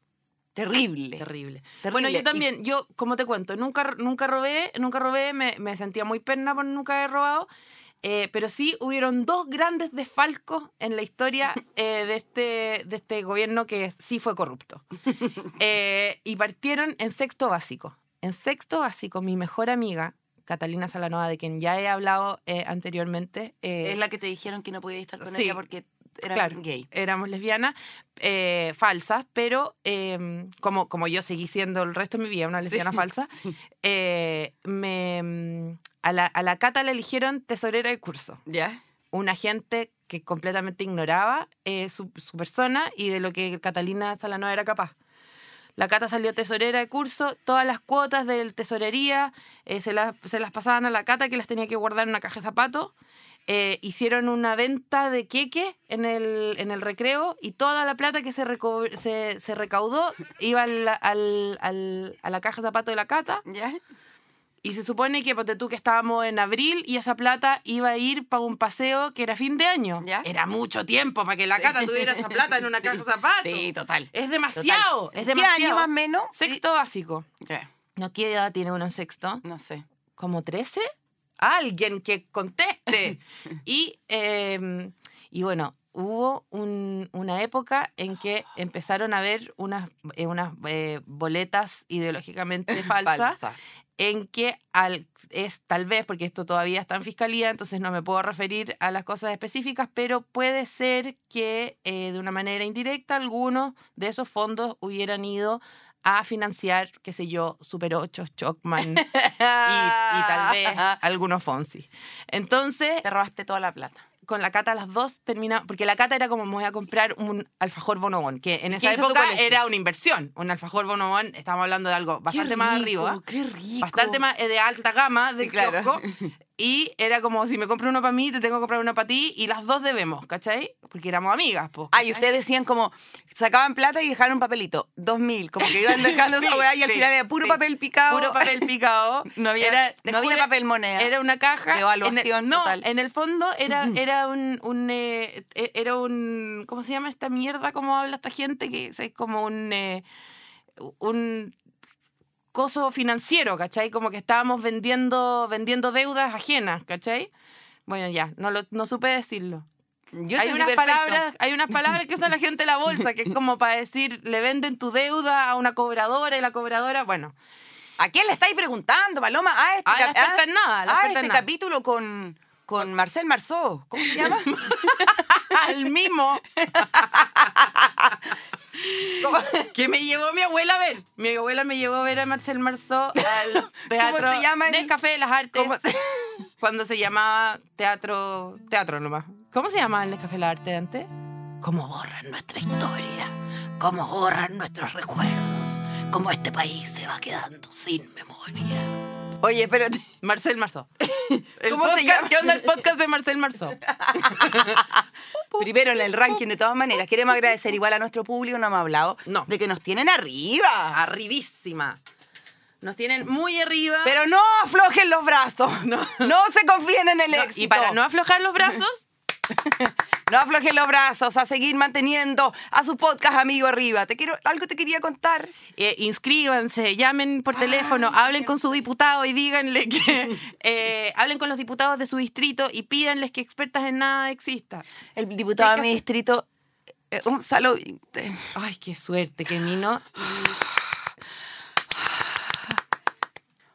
Speaker 1: Terrible.
Speaker 2: Terrible.
Speaker 1: Terrible.
Speaker 2: Bueno, yo
Speaker 1: Y-
Speaker 2: también, yo, como te cuento, nunca, nunca robé, nunca robé, me, me sentía muy perna por nunca haber robado, eh, pero sí hubieron dos grandes desfalcos en la historia eh, de, este, de este gobierno que sí fue corrupto. Eh, y partieron en sexto básico. En sexto básico, mi mejor amiga, Catalina Salanova, de quien ya he hablado eh, anteriormente, eh,
Speaker 1: Es la que te dijeron que no podías estar con
Speaker 2: Sí.
Speaker 1: ella porque era
Speaker 2: Claro.
Speaker 1: gay.
Speaker 2: éramos lesbianas, eh, falsas, pero eh, como, como yo seguí siendo el resto de mi vida una lesbiana falsa, eh, me, mm, a, la, a la Cata la eligieron tesorera de curso.
Speaker 1: ¿Ya?
Speaker 2: Una gente que completamente ignoraba eh, su, su persona y de lo que Catalina Salanova era capaz. La Cata salió tesorera de curso, todas las cuotas de tesorería eh, se, las, se las pasaban a la Cata que las tenía que guardar en una caja de zapatos. Eh, hicieron una venta de queque en el, en el recreo y toda la plata que se, reco- se, se recaudó iba al- al- al- a la caja de zapatos de la Cata.
Speaker 1: ¿Ya?
Speaker 2: Y se supone que ponte tú que estábamos en abril y esa plata iba a ir para un paseo que era fin de año.
Speaker 1: ¿Ya?
Speaker 2: Era mucho tiempo para que la cata tuviera esa plata en una caja de zapatos.
Speaker 1: Sí, total.
Speaker 2: Es demasiado,
Speaker 1: Total.
Speaker 2: es
Speaker 1: ¿Qué
Speaker 2: demasiado.
Speaker 1: año más o menos?
Speaker 2: Sexto básico.
Speaker 1: Ya,
Speaker 2: ¿No qué edad tiene uno en sexto?
Speaker 1: No sé.
Speaker 2: ¿Como 13? Alguien que conteste. y, eh, y bueno, hubo un- una época en que empezaron a haber unas, eh, unas eh, boletas ideológicamente falsas
Speaker 1: Falsa.
Speaker 2: en que al, es tal vez, porque esto todavía está en fiscalía, entonces no me puedo referir a las cosas específicas, pero puede ser que eh, de una manera indirecta algunos de esos fondos hubieran ido a financiar, qué sé yo, Super 8, Chocman y, y tal vez algunos Fonsi. Entonces,
Speaker 1: Te robaste toda la plata.
Speaker 2: con la cata las dos terminamos, porque la cata era como me voy a comprar un alfajor bonobón, que en
Speaker 1: ¿Y
Speaker 2: esa
Speaker 1: qué hizo tu
Speaker 2: época
Speaker 1: colegio?
Speaker 2: era una inversión. Un alfajor bonobón, estamos hablando de algo bastante más arriba
Speaker 1: Qué rico.
Speaker 2: bastante más eh, de alta gama del
Speaker 1: Sí, claro.
Speaker 2: kiosco. Y era como, si me compro uno para mí, te tengo que comprar uno para ti. Y las dos debemos, ¿cachai? Porque éramos amigas, po. ¿cachai?
Speaker 1: Ay, ustedes decían como, sacaban plata y dejaron un papelito, dos mil, como que iban dejando esa
Speaker 2: Sí,
Speaker 1: weá y al
Speaker 2: sí,
Speaker 1: final era puro
Speaker 2: sí.
Speaker 1: papel picado.
Speaker 2: Puro papel picado.
Speaker 1: No había-
Speaker 2: te
Speaker 1: no había
Speaker 2: juro,
Speaker 1: papel moneda.
Speaker 2: Era una caja.
Speaker 1: Devaluación
Speaker 2: en el- no,
Speaker 1: total.
Speaker 2: en el fondo era, era un, un, eh, eh, era un, ¿cómo se llama esta mierda? ¿Cómo habla esta gente? Que es es como un, eh, un coso financiero, ¿cachai? Como que estábamos vendiendo, vendiendo deudas ajenas, ¿cachai? Bueno, ya, no, lo, no supe decirlo.
Speaker 1: Yo
Speaker 2: hay
Speaker 1: entendí
Speaker 2: unas,
Speaker 1: perfecto.
Speaker 2: palabras, hay unas palabras que usa la gente de la bolsa, que es como para decir, le venden tu deuda a una cobradora y la cobradora, bueno.
Speaker 1: ¿A quién le estáis preguntando, Paloma? Ah, este,
Speaker 2: Ah, la
Speaker 1: cap-
Speaker 2: experta en nada, la
Speaker 1: ah,
Speaker 2: experta
Speaker 1: este
Speaker 2: en nada.
Speaker 1: capítulo con, con Marcel Marceau. ¿Cómo se llama?
Speaker 2: al mismo que me llevó mi abuela a ver. Mi abuela me llevó a ver a Marcel Marceau al teatro
Speaker 1: se llama el-
Speaker 2: Café de las Artes.
Speaker 1: ¿Cómo se-
Speaker 2: Cuando se llamaba teatro, teatro nomás. ¿Cómo se llamaba el Café de las Artes antes? Cómo borran nuestra historia, cómo borran nuestros recuerdos, cómo este país se va quedando sin memoria.
Speaker 1: Oye, espérate.
Speaker 2: Marcel Marceau. El
Speaker 1: ¿Cómo se
Speaker 2: podcast-
Speaker 1: llama?
Speaker 2: ¿Qué onda el podcast de Marcel Marceau?
Speaker 1: Primero en el ranking, de todas maneras, queremos agradecer igual a nuestro público, no hemos hablado,
Speaker 2: No.
Speaker 1: de que nos tienen arriba.
Speaker 2: arribísima. Nos tienen muy arriba.
Speaker 1: Pero no aflojen los brazos. No, se confíen en el
Speaker 2: No,
Speaker 1: éxito.
Speaker 2: y para no aflojar los brazos,
Speaker 1: No aflojen los brazos, a seguir manteniendo a su podcast amigo arriba. Te quiero, algo te quería contar.
Speaker 2: eh, inscríbanse, llamen por teléfono,
Speaker 1: Ah,
Speaker 2: hablen con su diputado y díganle que eh, hablen con los diputados de su distrito y pídanles que expertas en nada exista.
Speaker 1: El diputado de
Speaker 2: ¿Qué
Speaker 1: mi
Speaker 2: hace?
Speaker 1: distrito, eh, un saludo.
Speaker 2: Ay, qué suerte que vino.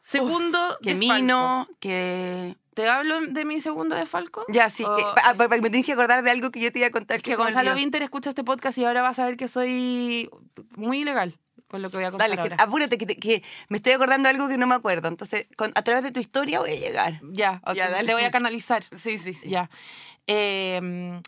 Speaker 2: Segundo
Speaker 1: Que
Speaker 2: desfalco.
Speaker 1: Mino, que.
Speaker 2: ¿Te hablo de mi segundo de Falco?
Speaker 1: Ya, sí, que, ah, pa- pa- me tienes que acordar de algo que yo te iba a contar.
Speaker 2: que
Speaker 1: se me
Speaker 2: Gonzalo
Speaker 1: olvidó.
Speaker 2: Vinter escucha este podcast y ahora va a saber que soy muy ilegal. con lo que voy a contar
Speaker 1: Dale, ah, que-
Speaker 2: ahora.
Speaker 1: apúrate, que, te- que me estoy acordando de algo que no me acuerdo. Entonces, con- a través de tu historia voy a llegar.
Speaker 2: Ya, ok,
Speaker 1: Ya, dale.
Speaker 2: te voy a canalizar.
Speaker 1: Sí, sí, sí.
Speaker 2: Ya. Eh,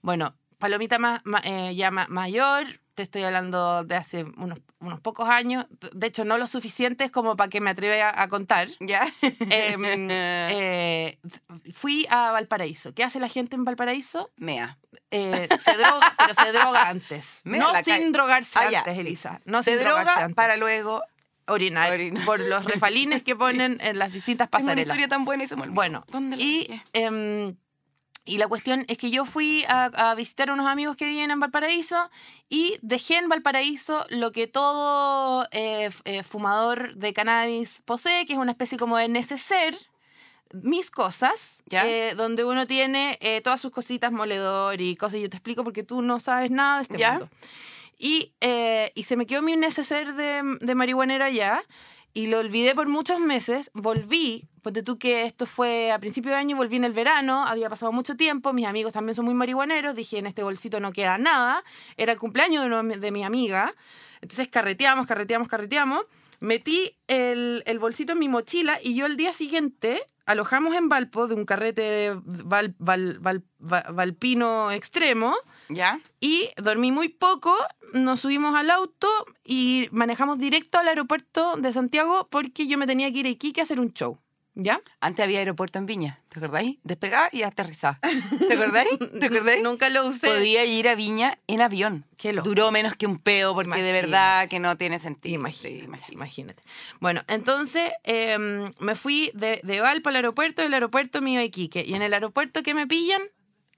Speaker 2: bueno, Palomita ma- ma- eh, ya ma- mayor, te estoy hablando de hace unos, unos pocos años, de hecho no lo suficientes como para que me atreva a, a contar.
Speaker 1: ¿Ya?
Speaker 2: Eh, eh, fui a Valparaíso. ¿Qué hace la gente en Valparaíso?
Speaker 1: Mea.
Speaker 2: Eh, se droga, pero se droga antes.
Speaker 1: Mira
Speaker 2: no
Speaker 1: la
Speaker 2: sin
Speaker 1: calle.
Speaker 2: drogarse
Speaker 1: Ah, ya,
Speaker 2: antes,
Speaker 1: sí.
Speaker 2: Elisa. No
Speaker 1: Se
Speaker 2: sin drogarse
Speaker 1: droga
Speaker 2: antes.
Speaker 1: para luego.
Speaker 2: orinar,
Speaker 1: orinar.
Speaker 2: por los refalines que ponen en las distintas
Speaker 1: Tengo una
Speaker 2: pasarelas.
Speaker 1: historia tan buena y se me olvidó.
Speaker 2: Bueno,
Speaker 1: ¿Dónde la
Speaker 2: y,
Speaker 1: dejé?
Speaker 2: em, y la cuestión es que yo fui a, a visitar a unos amigos que viven en Valparaíso y dejé en Valparaíso lo que todo eh, f- eh, fumador de cannabis posee, que es una especie como de neceser, mis cosas,
Speaker 1: ¿Ya?
Speaker 2: eh, donde uno tiene eh, todas sus cositas, moledor y cosas, y yo te explico porque tú no sabes nada de este
Speaker 1: ¿Ya?
Speaker 2: mundo. Y, eh, y se me quedó mi neceser de, de marihuanera allá y lo olvidé por muchos meses. Volví, ponte tú que esto fue a principio de año, volví en el verano, había pasado mucho tiempo, mis amigos también son muy marihuaneros, dije en este bolsito no queda nada, era el cumpleaños de, una- de mi amiga, entonces carreteamos, carreteamos, carreteamos, metí el, el bolsito en mi mochila y yo el día siguiente alojamos en Valpo de un carrete de val- val- val- va- valpino extremo.
Speaker 1: ¿Ya?
Speaker 2: Y dormí muy poco, nos subimos al auto y manejamos directo al aeropuerto de Santiago porque yo me tenía que ir a Iquique a hacer un show. ¿Ya?
Speaker 1: Antes había aeropuerto en Viña, ¿te acordáis? Despegaba y aterrizaba. ¿Te acordáis? ¿Te acordáis?
Speaker 2: Nunca lo usé.
Speaker 1: Podía ir a Viña en avión.
Speaker 2: Qué loco.
Speaker 1: Duró menos que un peo porque de
Speaker 2: Imagínate.
Speaker 1: verdad que no tiene sentido.
Speaker 2: Imagínate,
Speaker 1: Sí,
Speaker 2: imagínate. Bueno, entonces eh, me fui de, de Valpo al aeropuerto, del aeropuerto mío a Iquique. Y en el aeropuerto, ¿qué me pillan?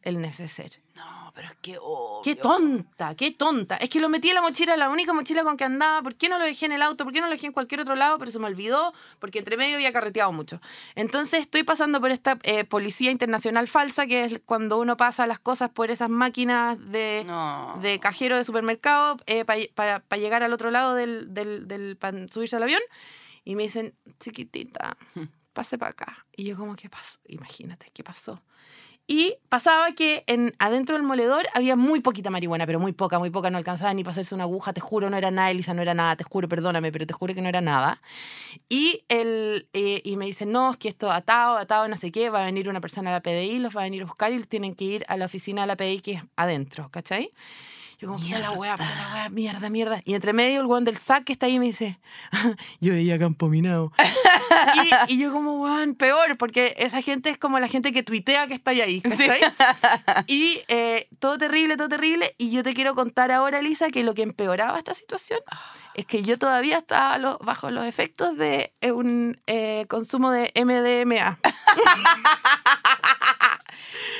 Speaker 2: El neceser.
Speaker 1: No, pero es que obvio.
Speaker 2: Qué tonta, qué tonta. Es que lo metí en la mochila, la única mochila con que andaba. ¿Por qué no lo dejé en el auto? ¿Por qué no lo dejé en cualquier otro lado? Pero se me olvidó porque entre medio había carreteado mucho. Entonces estoy pasando por esta eh, policía internacional falsa, que es cuando uno pasa las cosas por esas máquinas de,
Speaker 1: No.
Speaker 2: de cajero de supermercado eh, para llegar al otro lado del, del, del- pa subirse al avión. Y me dicen, chiquitita, pase para acá. Y yo como, ¿qué pasó? Imagínate, ¿qué pasó? Y pasaba que en, adentro del moledor había muy poquita marihuana, pero muy poca, muy poca. No alcanzaba ni para hacerse una aguja, te juro, no era nada, Elisa, no era nada, te juro, perdóname, pero te juro que no era nada. Y, el, eh, y me dicen, no, es que esto atado, atado, no sé qué, va a venir una persona a la PDI, los va a venir a buscar y tienen que ir a la oficina de la PDI que es adentro, ¿cachai? Yo como, puta la weá, puta la weá, mierda, mierda. Y entre medio el weón del SAC que está ahí me dice, yo veía campo minado. y, y yo como, weón, peor, porque esa gente es como la gente que tuitea que está ahí, ¿cachai? Y eh, todo terrible, todo terrible. Y yo te quiero contar ahora, Elisa, que lo que empeoraba esta situación es que yo todavía estaba a los- bajo los efectos de eh, un eh, consumo de MDMA.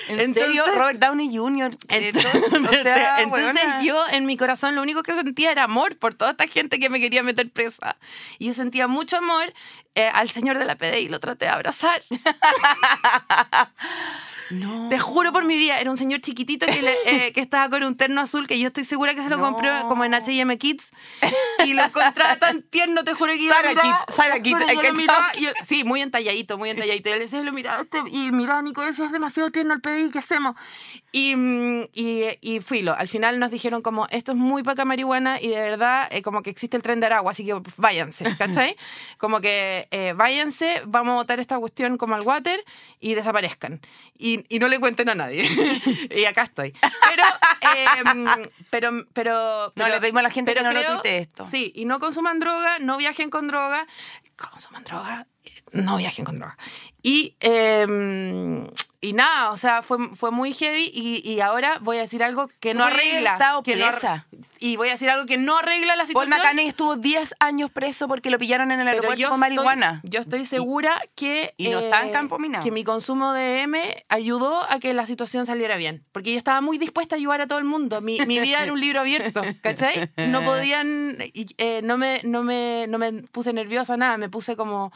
Speaker 1: ¿En
Speaker 2: Entonces-
Speaker 1: serio? Robert Downey Jr. eh,
Speaker 2: Entonces,
Speaker 1: todo- o sea,
Speaker 2: entonces
Speaker 1: huevona.
Speaker 2: yo en mi corazón lo único que sentía era amor por toda esta gente que me quería meter presa. Y yo sentía mucho amor eh, al señor de la PDI, lo traté de abrazar.
Speaker 1: No.
Speaker 2: Te juro por mi vida, era un señor chiquitito que, le- eh, que estaba con un terno azul que yo estoy segura que se lo
Speaker 1: No.
Speaker 2: compró como en H&M Kids. Y lo encontraba tan tierno, te juro que yo lo
Speaker 1: Sara
Speaker 2: miraba,
Speaker 1: Kids, Sara
Speaker 2: te
Speaker 1: Kids,
Speaker 2: juro,
Speaker 1: hay
Speaker 2: yo
Speaker 1: que
Speaker 2: lo miraba
Speaker 1: echar.
Speaker 2: Ah, y él- Sí, muy entalladito, muy entalladito. Y él decía, lo miraba este, y miraba Nico, ese es demasiado tierno el PDI, ¿qué hacemos? Y, mm, y, y filo, al final nos dijeron como, esto es muy poca marihuana y de verdad eh, como que existe el tren de Aragua, así que váyanse, ¿cachai? como que eh, váyanse, vamos a botar esta cuestión como al water y desaparezcan. Y, y no le cuenten a nadie. y acá estoy. Pero, em, pero, pero,
Speaker 1: No,
Speaker 2: pero-
Speaker 1: le pedimos a la gente
Speaker 2: pero
Speaker 1: que no lo
Speaker 2: creo-
Speaker 1: tuitee esto.
Speaker 2: Sí, y no consuman droga, no viajen con droga. Consuman droga, eh, no viajen con droga. Y, eh, y nada, o sea, fue, fue muy heavy y, y ahora voy a decir algo que
Speaker 1: Tú
Speaker 2: no
Speaker 1: podrías haber
Speaker 2: arregla.
Speaker 1: estado
Speaker 2: que no ar-
Speaker 1: presa.
Speaker 2: y voy a decir algo que no arregla la
Speaker 1: Paul
Speaker 2: situación.
Speaker 1: McCartney estuvo 10 años preso porque lo pillaron en el
Speaker 2: pero
Speaker 1: aeropuerto
Speaker 2: yo
Speaker 1: con marihuana.
Speaker 2: Estoy, yo estoy segura que... eh,
Speaker 1: y no está en campo minado.
Speaker 2: Que mi consumo de M ayudó a que la situación saliera bien. Porque yo estaba muy dispuesta a ayudar a todo el mundo. Mi, mi vida era un libro abierto, ¿cachai? No podían... y, eh, no, me, no, me, no me puse nerviosa, nada. Me puse como...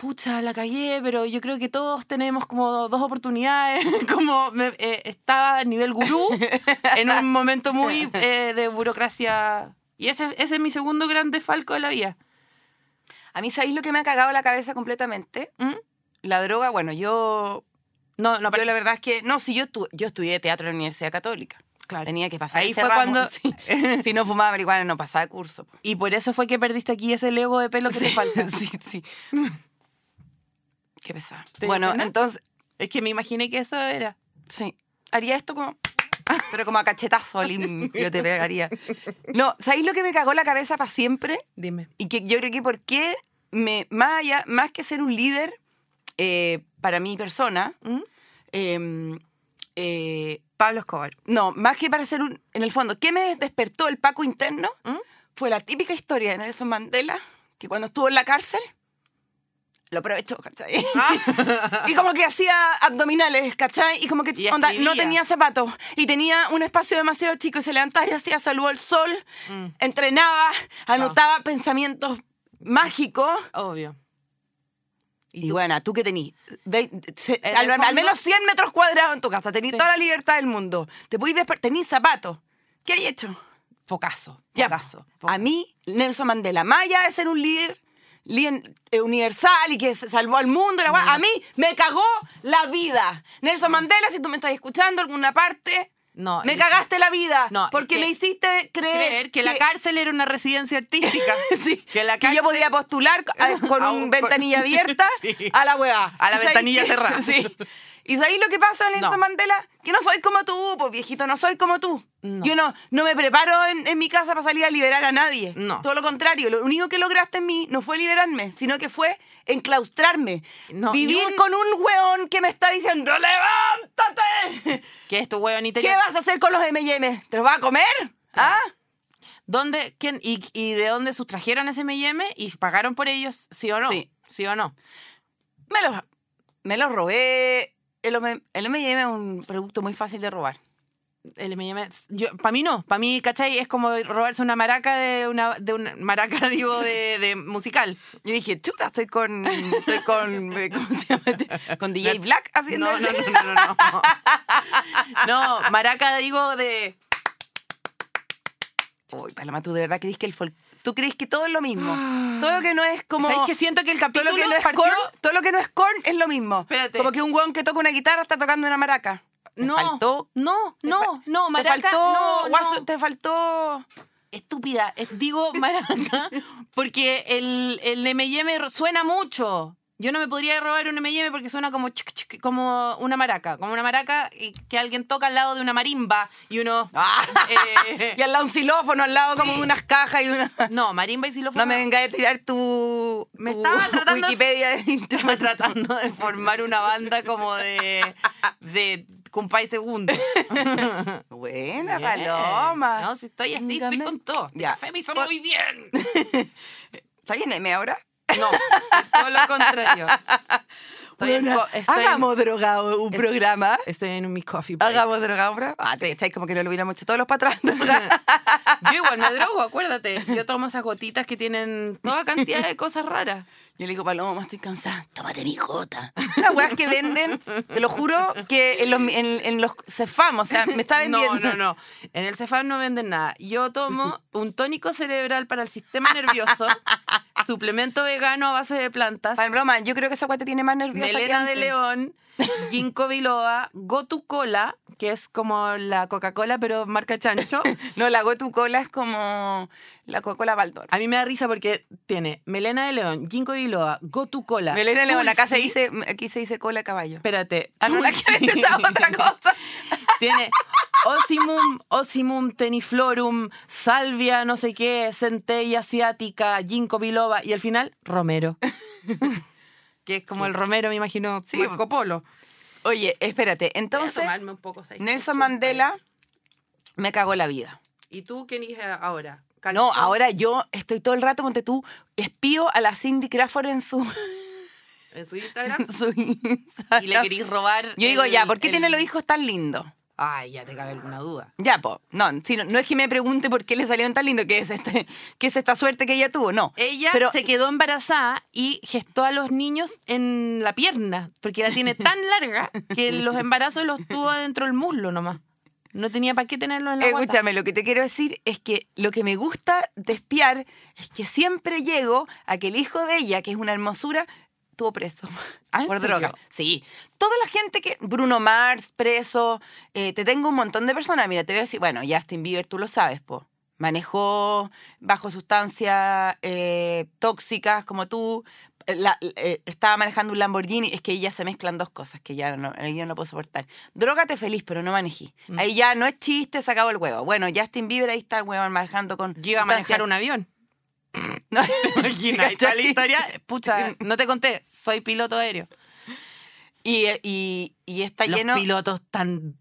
Speaker 2: Pucha, la cagué, pero yo creo que todos tenemos como dos oportunidades. Como me- eh, estaba a nivel gurú en un momento muy eh, de burocracia. Y ese, ese es mi segundo gran desfalco de la vida.
Speaker 1: A mí, ¿sabéis lo que me ha cagado la cabeza completamente?
Speaker 2: ¿Mm?
Speaker 1: La droga, bueno, yo,
Speaker 2: No, no,
Speaker 1: yo la verdad es que, no, si yo, estu- yo estudié teatro en la Universidad Católica.
Speaker 2: Claro.
Speaker 1: Tenía que pasar.
Speaker 2: Ahí
Speaker 1: ese
Speaker 2: fue
Speaker 1: ramo.
Speaker 2: cuando-
Speaker 1: Sí. Si, no fumaba marihuana, no pasaba de curso. po.
Speaker 2: Y por eso fue que perdiste aquí ese lego de pelo que te falta.
Speaker 1: sí, sí. Qué pesado.
Speaker 2: ¿Te dio
Speaker 1: Bueno,
Speaker 2: pena?
Speaker 1: entonces,
Speaker 2: Es que me imaginé que eso era.
Speaker 1: sí. Haría esto como. Pero como a cachetazo limpio te pegaría. No, ¿sabéis lo que me cagó la cabeza para siempre?
Speaker 2: Dime.
Speaker 1: Y que yo creo que por qué, me, más, allá- más que ser un líder eh, para mi persona,
Speaker 2: ¿Mm?
Speaker 1: em, eh,
Speaker 2: Pablo Escobar.
Speaker 1: no, más que para ser un... En el fondo, ¿qué me despertó el Paco interno?
Speaker 2: ¿Mm?
Speaker 1: Fue la típica historia de Nelson Mandela, que cuando estuvo en la cárcel, lo aprovechó, ¿cachai?
Speaker 2: Ah.
Speaker 1: y como que hacía abdominales, ¿cachai? Y como que
Speaker 2: Y
Speaker 1: onda, no
Speaker 2: escribía.
Speaker 1: tenía zapatos y tenía un espacio demasiado chico y se levantaba y hacía saludó al sol,
Speaker 2: Mm.
Speaker 1: entrenaba, anotaba pensamientos mágicos.
Speaker 2: Obvio.
Speaker 1: Y bueno, tú que tenís, Ve- se-
Speaker 2: En
Speaker 1: al,
Speaker 2: el
Speaker 1: al
Speaker 2: fondo-
Speaker 1: menos 100 metros cuadrados en tu casa, tenís
Speaker 2: Sí.
Speaker 1: toda la libertad del mundo, te podís despertar, tenís zapatos. ¿Qué hay hecho?
Speaker 2: Focazo.
Speaker 1: Ya,
Speaker 2: Focazo.
Speaker 1: a mí, Nelson Mandela, Maya de ser un líder, líder, eh, universal y que se salvó al mundo, la
Speaker 2: Mm.
Speaker 1: guay, a mí me cagó la vida. Nelson Mandela, si tú me estás escuchando en alguna parte,
Speaker 2: No,
Speaker 1: me
Speaker 2: y-
Speaker 1: cagaste la vida
Speaker 2: No, es
Speaker 1: porque
Speaker 2: que-
Speaker 1: me hiciste creer,
Speaker 2: Creer que, la cárcel era una residencia artística.
Speaker 1: Sí,
Speaker 2: Que la
Speaker 1: que
Speaker 2: cárcel.
Speaker 1: yo podía postular a- con
Speaker 2: A
Speaker 1: una
Speaker 2: un-
Speaker 1: ventanilla abierta
Speaker 2: Sí.
Speaker 1: a la hueá.
Speaker 2: A la
Speaker 1: ¿Y sabéis
Speaker 2: ventanilla
Speaker 1: qué?
Speaker 2: cerrada.
Speaker 1: Sí. ¿Y sabéis lo que pasa, Nelson
Speaker 2: No.
Speaker 1: Mandela? Que no soy como tú, pues viejito, no soy como tú.
Speaker 2: No.
Speaker 1: Yo no, no me preparo en, en mi casa para salir a liberar a nadie.
Speaker 2: No.
Speaker 1: Todo lo contrario, lo único que lograste en mí no fue liberarme, sino que fue enclaustrarme.
Speaker 2: No, ni
Speaker 1: Vivir
Speaker 2: un-
Speaker 1: con un hueón que me está diciendo, levántate.
Speaker 2: Que esto, weón, y te
Speaker 1: ¿Qué vas a hacer con los M&M? ¿Te los vas a comer? ¿Ah?
Speaker 2: ¿Dónde, quién, y, y de dónde sustrajeron ese M&M y pagaron por ellos? ¿Sí o no?
Speaker 1: Sí.
Speaker 2: ¿Sí o no?
Speaker 1: Me los, me los robé. El M- el M&M es un producto muy fácil de robar.
Speaker 2: El M&M, yo, para mí no, para mí, ¿cachai? Es como robarse una maraca de una, de una maraca, digo, de, de musical.
Speaker 1: Yo dije, chuta, estoy con, estoy con, eh, ¿cómo se llama? este? Con DJ Black haciendo...
Speaker 2: No,
Speaker 1: el-
Speaker 2: no, no, no, no, no. No, maraca, digo, de...
Speaker 1: Uy, Paloma, ¿tú de verdad crees que el folk... ¿Tú crees que todo es lo mismo? Todo lo que no es como...
Speaker 2: ¿Sabes que siento que el
Speaker 1: Todo
Speaker 2: capítulo
Speaker 1: lo que no es
Speaker 2: partió...
Speaker 1: corn, todo lo que no es corn es lo mismo.
Speaker 2: Espérate.
Speaker 1: Como que un guan que toca una guitarra está tocando una maraca. Te
Speaker 2: No,
Speaker 1: faltó...
Speaker 2: no, no, no, maraca,
Speaker 1: te faltó...
Speaker 2: no, no.
Speaker 1: guaso, te faltó...
Speaker 2: Estúpida, es- digo maraca, porque el, el M&M ro- suena mucho. Yo no me podría robar un M&M porque suena como, chic, chic, como una maraca, como una maraca y que alguien toca al lado de una marimba y uno... eh,
Speaker 1: Ah, Y al lado un xilófono, al lado como de unas cajas y una...
Speaker 2: no, marimba y xilófono.
Speaker 1: No me vengas a tirar tu,
Speaker 2: Me
Speaker 1: tu
Speaker 2: estaba tratando-
Speaker 1: Wikipedia de internet.
Speaker 2: Estaba tratando de formar una banda como de... de Compay Segundo.
Speaker 1: Buena,
Speaker 2: Bien.
Speaker 1: Paloma.
Speaker 2: No, si estoy así, estoy
Speaker 1: Chingame.
Speaker 2: con todo. Este
Speaker 1: Ya.
Speaker 2: café me hizo muy bien.
Speaker 1: ¿Está en M ahora?
Speaker 2: No, es todo lo contrario. Estoy en
Speaker 1: Buena.
Speaker 2: co- estoy en-
Speaker 1: Hagamos drogado un
Speaker 2: es-
Speaker 1: programa.
Speaker 2: Estoy en mi coffee break.
Speaker 1: Hagamos drogado un programa. Ah, te cachai, como que no lo hubiéramos hecho todos los para atrás.
Speaker 2: Yo igual me drogo, acuérdate. Yo tomo esas gotitas que tienen toda cantidad de cosas raras.
Speaker 1: Yo le digo, Paloma, estoy cansada. Tómate mi gota. Las weas que venden, te lo juro, que en los, en, en los cefam, o sea, me está vendiendo.
Speaker 2: No, no, no. En el Cefam no venden nada. Yo tomo un tónico cerebral para el sistema nervioso, suplemento vegano a base de plantas,
Speaker 1: Paloma, yo creo que esa wea te tiene más nerviosa que
Speaker 2: melena de
Speaker 1: antes.
Speaker 2: león, ginkgo biloba, gotu cola, que es como la Coca-Cola pero marca chancho.
Speaker 1: No, la tu cola es como la Coca-Cola Baldor.
Speaker 2: A mí me da risa porque tiene melena de león, ginkgo biloba, gotu cola.
Speaker 1: Melena de león, acá se
Speaker 2: tulsi-
Speaker 1: dice, aquí se dice cola de caballo.
Speaker 2: Espérate.
Speaker 1: Ah, no, la que vende
Speaker 2: tulsi.
Speaker 1: esa otra cosa.
Speaker 2: Tiene osimum, osimum teniflorum, salvia, no sé qué, centella asiática, ginkgo biloba y al final romero. que es como el romero, me imagino,
Speaker 1: Sí.
Speaker 2: Marco Polo.
Speaker 1: Oye, espérate, entonces
Speaker 2: un poco.
Speaker 1: Nelson Mandela me cagó la vida.
Speaker 2: ¿Y tú qué eliges ahora?
Speaker 1: No, ahora yo estoy todo el rato, ponte tú, espío a la Cindy Crawford en su,
Speaker 2: En su Instagram.
Speaker 1: en su Instagram.
Speaker 2: Y le querís robar.
Speaker 1: Yo digo,
Speaker 2: el-
Speaker 1: ya, ¿por qué
Speaker 2: el-
Speaker 1: tiene los hijos tan lindos?
Speaker 2: Ay, ya te cabe alguna duda.
Speaker 1: Ya, po. No, si no, no es que me pregunte por qué le salieron tan lindos, que es, este, que es esta suerte que ella tuvo, no.
Speaker 2: Ella
Speaker 1: Pero-
Speaker 2: se quedó embarazada y gestó a los niños en la pierna, porque la tiene tan larga que los embarazos los tuvo dentro del muslo nomás. No tenía para qué tenerlos en la guata.
Speaker 1: Escúchame, lo que te quiero decir es que lo que me gusta de espiar es que siempre llego a que el hijo de ella, que es una hermosura, estuvo preso
Speaker 2: ¿Ah, en
Speaker 1: por
Speaker 2: serio?
Speaker 1: droga. Sí. Toda la gente que. Bruno Mars, preso. eh, te tengo un montón de personas. Mira, te voy a decir. Bueno, Justin Bieber, tú lo sabes, po. Manejó bajo sustancias eh, tóxicas como tú. Eh, la- eh, estaba manejando un Lamborghini. Es que ya se mezclan dos cosas que ya no, yo no puedo soportar. Drógate feliz, pero no manejí.
Speaker 2: Mm.
Speaker 1: Ahí ya no es chiste, se acabó el huevo. Bueno, Justin Bieber ahí está el huevo manejando con.
Speaker 2: Yo iba a manejar un
Speaker 1: sustancias-
Speaker 2: avión.
Speaker 1: No,
Speaker 2: Imagina, está la historia. Pucha, no te conté, soy piloto aéreo.
Speaker 1: Y, y- y está
Speaker 2: Los
Speaker 1: lleno.
Speaker 2: pilotos tan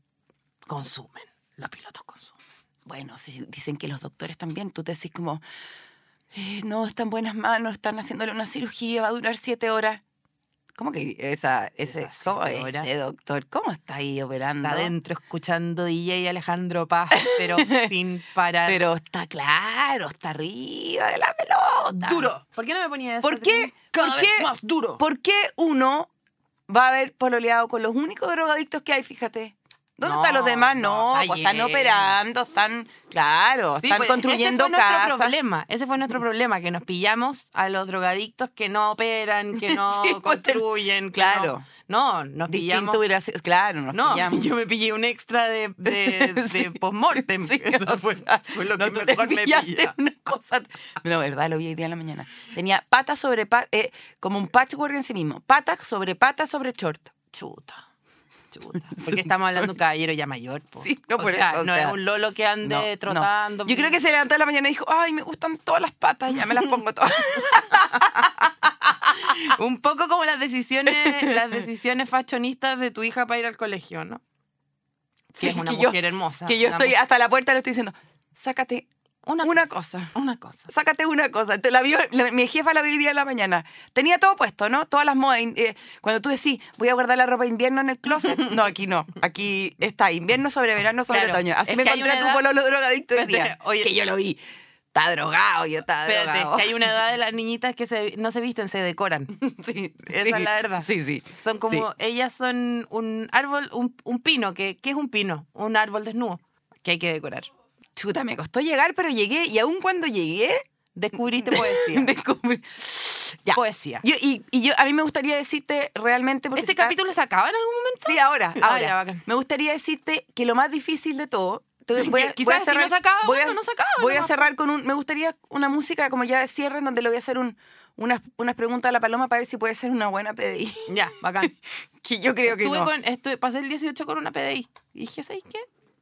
Speaker 2: consumen. Los pilotos consumen.
Speaker 1: Bueno, si dicen que los doctores también, tú te decís como, "Eh, no, está en buenas manos, están haciéndole una cirugía, va a durar siete horas. ¿Cómo que esa, ese,
Speaker 2: Esas
Speaker 1: cómo
Speaker 2: siete horas.
Speaker 1: ese doctor? ¿Cómo está ahí operando?
Speaker 2: Está adentro escuchando DJ Alejandro Paz, pero sin parar.
Speaker 1: Pero está claro, está arriba de la pelota.
Speaker 2: duro. ¿Por qué no me ponía eso?
Speaker 1: ¿Por qué?
Speaker 2: Cada
Speaker 1: ¿Por
Speaker 2: vez
Speaker 1: qué?
Speaker 2: más duro.
Speaker 1: ¿Por qué uno va a haber pololeado con los únicos drogadictos que hay? Fíjate. ¿Dónde
Speaker 2: No,
Speaker 1: están los demás?
Speaker 2: no,
Speaker 1: No,
Speaker 2: está
Speaker 1: pues, están
Speaker 2: lleno.
Speaker 1: operando, están, claro,
Speaker 2: Sí,
Speaker 1: están
Speaker 2: pues,
Speaker 1: construyendo
Speaker 2: ese fue nuestro
Speaker 1: casas.
Speaker 2: problema. Ese fue nuestro problema, que nos pillamos a los drogadictos que no operan, que no
Speaker 1: Sí, pues, te-
Speaker 2: construyen, claro.
Speaker 1: claro.
Speaker 2: No, nos pillamos.
Speaker 1: Distinto hubiera sido- claro, nos
Speaker 2: No,
Speaker 1: pillamos.
Speaker 2: yo me pillé un extra de, de, de postmortem. Eso fue, fue lo que
Speaker 1: No, tú te
Speaker 2: mejor me
Speaker 1: pillaste
Speaker 2: pilla.
Speaker 1: una cosa. No, verdad, lo vi hoy día en la mañana. Tenía pata sobre pata, como un patchwork en sí mismo. Pata sobre pata sobre short.
Speaker 2: Chuta. Chuta. Porque estamos hablando de un caballero ya mayor. po.
Speaker 1: Sí, no,
Speaker 2: O
Speaker 1: por
Speaker 2: sea,
Speaker 1: eso, o
Speaker 2: No
Speaker 1: sea,
Speaker 2: es un lolo que ande
Speaker 1: No, no.
Speaker 2: trotando.
Speaker 1: Yo creo que se levantó en la mañana y dijo, ay, me gustan todas las patas, ya me las pongo todas.
Speaker 2: Ah, Un poco como las decisiones, las decisiones fashionistas de tu hija para ir al colegio, ¿no?
Speaker 1: Sí,
Speaker 2: que es una
Speaker 1: que yo-
Speaker 2: mujer hermosa.
Speaker 1: que yo
Speaker 2: una
Speaker 1: estoy hasta la puerta le estoy diciendo, sácate
Speaker 2: Una,
Speaker 1: una
Speaker 2: cosa.
Speaker 1: cosa.
Speaker 2: Una cosa.
Speaker 1: Sácate una cosa. Entonces, la vio- la- mi jefa la vi hoy día en la mañana. Tenía todo puesto, ¿no? Todas las modas. in- eh, cuando tú decís, voy a guardar la ropa de invierno en el closet. No, aquí no. Aquí está, invierno sobre verano sobre
Speaker 2: Claro.
Speaker 1: otoño. Así
Speaker 2: Es
Speaker 1: me
Speaker 2: que hay
Speaker 1: encontré a
Speaker 2: una
Speaker 1: tu
Speaker 2: edad-
Speaker 1: pololo drogadicto hoy
Speaker 2: Espérate,
Speaker 1: día.
Speaker 2: oye-
Speaker 1: que yo lo vi. Está drogado, yo estaba
Speaker 2: Espérate,
Speaker 1: drogado.
Speaker 2: que hay una edad de las niñitas que se- no se visten, se decoran.
Speaker 1: Sí,
Speaker 2: Esa
Speaker 1: sí,
Speaker 2: es la verdad.
Speaker 1: Sí, sí.
Speaker 2: Son como, ellas son un árbol, un, un pino. que ¿Qué es un pino? Un árbol desnudo que hay que decorar.
Speaker 1: Chuta, me costó llegar, pero llegué. Y aún cuando llegué,
Speaker 2: Descubriste poesía.
Speaker 1: descubrí. Ya.
Speaker 2: Poesía.
Speaker 1: Yo- y, y yo, a mí me gustaría decirte realmente. Porque
Speaker 2: ¿Este
Speaker 1: se está-
Speaker 2: capítulo se acaba en algún momento?
Speaker 1: Sí, ahora,
Speaker 2: Ah,
Speaker 1: ahora.
Speaker 2: ya, bacán.
Speaker 1: Me gustaría decirte que lo más difícil de todo. te- voy a-
Speaker 2: Quizás
Speaker 1: voy a
Speaker 2: si
Speaker 1: cerrar-
Speaker 2: no se acaba,
Speaker 1: voy a-
Speaker 2: bueno, no se acaba,
Speaker 1: Voy a
Speaker 2: nomás.
Speaker 1: cerrar con un. Me gustaría una música como ya de cierre, en donde le voy a hacer un, unas, unas preguntas a la paloma para ver si puede ser una buena PDI.
Speaker 2: Ya, bacán.
Speaker 1: Que yo creo que
Speaker 2: Estuve
Speaker 1: no.
Speaker 2: con- estuve- pasé el 18 con una PDI. Y dije, ¿sabes qué?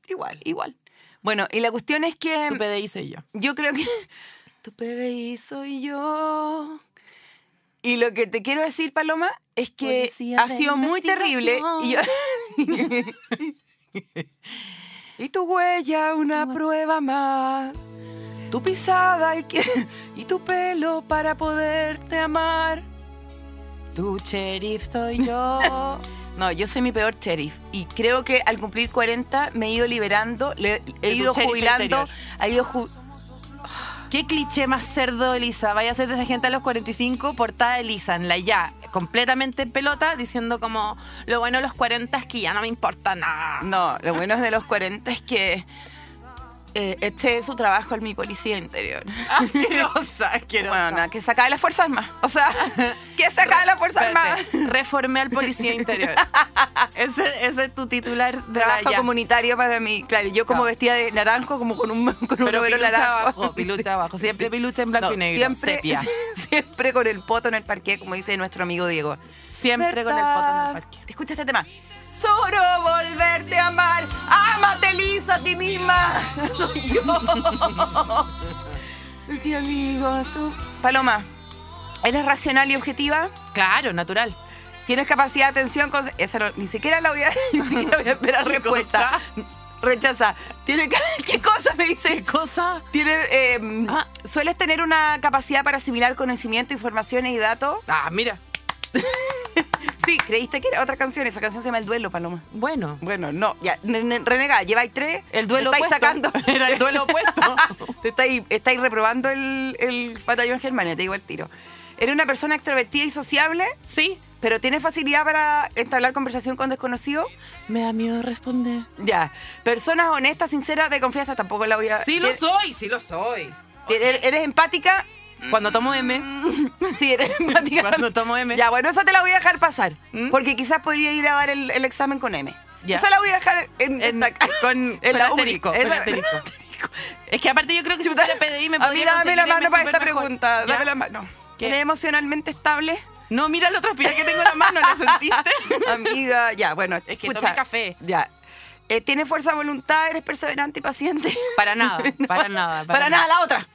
Speaker 1: Igual.
Speaker 2: Igual.
Speaker 1: Bueno, y la cuestión es que.
Speaker 2: Tu PDI soy yo.
Speaker 1: Yo creo que tu PDI soy yo. Y lo que te quiero decir, Paloma, es que
Speaker 2: Policía
Speaker 1: ha
Speaker 2: de
Speaker 1: sido muy terrible. Y, yo- Y tu huella, una prueba más. Tu pisada y, que... y tu pelo para poderte amar.
Speaker 2: Tu sheriff soy yo.
Speaker 1: No, yo soy mi peor sheriff. Y creo que al cumplir 40 me he ido liberando, le-
Speaker 2: De
Speaker 1: he
Speaker 2: tu
Speaker 1: ido
Speaker 2: sheriff
Speaker 1: jubilando,
Speaker 2: interior.
Speaker 1: he ido ju-
Speaker 2: ¿Qué cliché más cerdo, Elisa? Vaya a ser de esa gente a los 45, portada de Elisa, en la ya, completamente en pelota, diciendo como, lo bueno de los 40 es que ya no me importa nada.
Speaker 1: No, lo bueno de los 40 es que eh, este es su trabajo en mi policía interior.
Speaker 2: Ah, Asquerosa, asquerosa.
Speaker 1: Bueno, nada, que se acabe las Fuerzas Armadas. O sea, que se acabe las Fuerzas Armadas.
Speaker 2: Espérate, reformé al policía interior. ese, ese es tu titular de la
Speaker 1: Trabajo
Speaker 2: ya.
Speaker 1: comunitario para mí. Claro, yo como
Speaker 2: Claro.
Speaker 1: vestida de naranjo, como con un, con un
Speaker 2: Pero
Speaker 1: overo
Speaker 2: pilucha
Speaker 1: naranjo.
Speaker 2: abajo, pilucha abajo. Siempre pilucha en blanco
Speaker 1: No,
Speaker 2: y negro.
Speaker 1: siempre,
Speaker 2: sepia.
Speaker 1: siempre con el poto en el parque, como dice nuestro amigo Diego.
Speaker 2: Siempre con el poto en el
Speaker 1: ¿Verdad?
Speaker 2: parque.
Speaker 1: Escucha este tema. Solo volverte a amar. Ámate, Lisa, a ti misma. Soy yo. Te amigo, su- Paloma, ¿eres racional y objetiva?
Speaker 2: Claro, natural.
Speaker 1: ¿Tienes capacidad de atención? con- Esa no- ni siquiera la voy a, ni siquiera voy a esperar respuesta. Rechaza. ¿Tiene ca- ¿Qué cosa me dice?
Speaker 2: Cosa.
Speaker 1: ¿Tiene, eh,
Speaker 2: Ah.
Speaker 1: ¿Sueles tener una capacidad para asimilar conocimiento, informaciones y datos?
Speaker 2: Ah, mira.
Speaker 1: Sí, creíste que era otra canción. Esa canción se llama El Duelo, Paloma.
Speaker 2: Bueno.
Speaker 1: Bueno, no, ya, ne- ne- renegada, lleváis tres.
Speaker 2: El duelo
Speaker 1: Te estáis
Speaker 2: opuesto.
Speaker 1: sacando.
Speaker 2: Era el duelo opuesto.
Speaker 1: Te estáis, estáis reprobando el, el batallón Germania, te digo el tiro. Eres una persona extrovertida y sociable,
Speaker 2: Sí.
Speaker 1: pero tienes facilidad para entablar conversación con desconocidos.
Speaker 2: Me da miedo responder.
Speaker 1: Ya. Personas honestas, sinceras, de confianza, tampoco la voy a.
Speaker 2: Sí lo
Speaker 1: Eres-
Speaker 2: soy, sí lo soy.
Speaker 1: Eres, eres empática
Speaker 2: Cuando tomo M,
Speaker 1: Sí, eres empática.
Speaker 2: Cuando tomo M.
Speaker 1: Ya, bueno, esa te la voy a dejar pasar.
Speaker 2: ¿Mm?
Speaker 1: Porque quizás podría ir a dar el, el examen con M.
Speaker 2: Ya.
Speaker 1: Esa la voy a dejar en,
Speaker 2: en-
Speaker 1: esta-
Speaker 2: con, con
Speaker 1: la
Speaker 2: asterisco,
Speaker 1: única.
Speaker 2: con
Speaker 1: Esa-
Speaker 2: asterisco. Es que aparte yo creo que si
Speaker 1: Chuta,
Speaker 2: fuera PDI me podría
Speaker 1: Amiga, dame la
Speaker 2: conseguir
Speaker 1: mano
Speaker 2: M
Speaker 1: para esta
Speaker 2: supermejor.
Speaker 1: pregunta.
Speaker 2: Ya.
Speaker 1: Dame la mano.
Speaker 2: ¿Qué?
Speaker 1: ¿Eres emocionalmente estable?
Speaker 2: No, mira la otra aspira que tengo en la mano, ¿la sentiste?
Speaker 1: Amiga, ya, bueno.
Speaker 2: Es que tomé café.
Speaker 1: Ya. Eh, ¿Tienes fuerza de voluntad? ¿Eres perseverante y paciente?
Speaker 2: Para nada, para nada. Eh,
Speaker 1: Para, nada, la otra.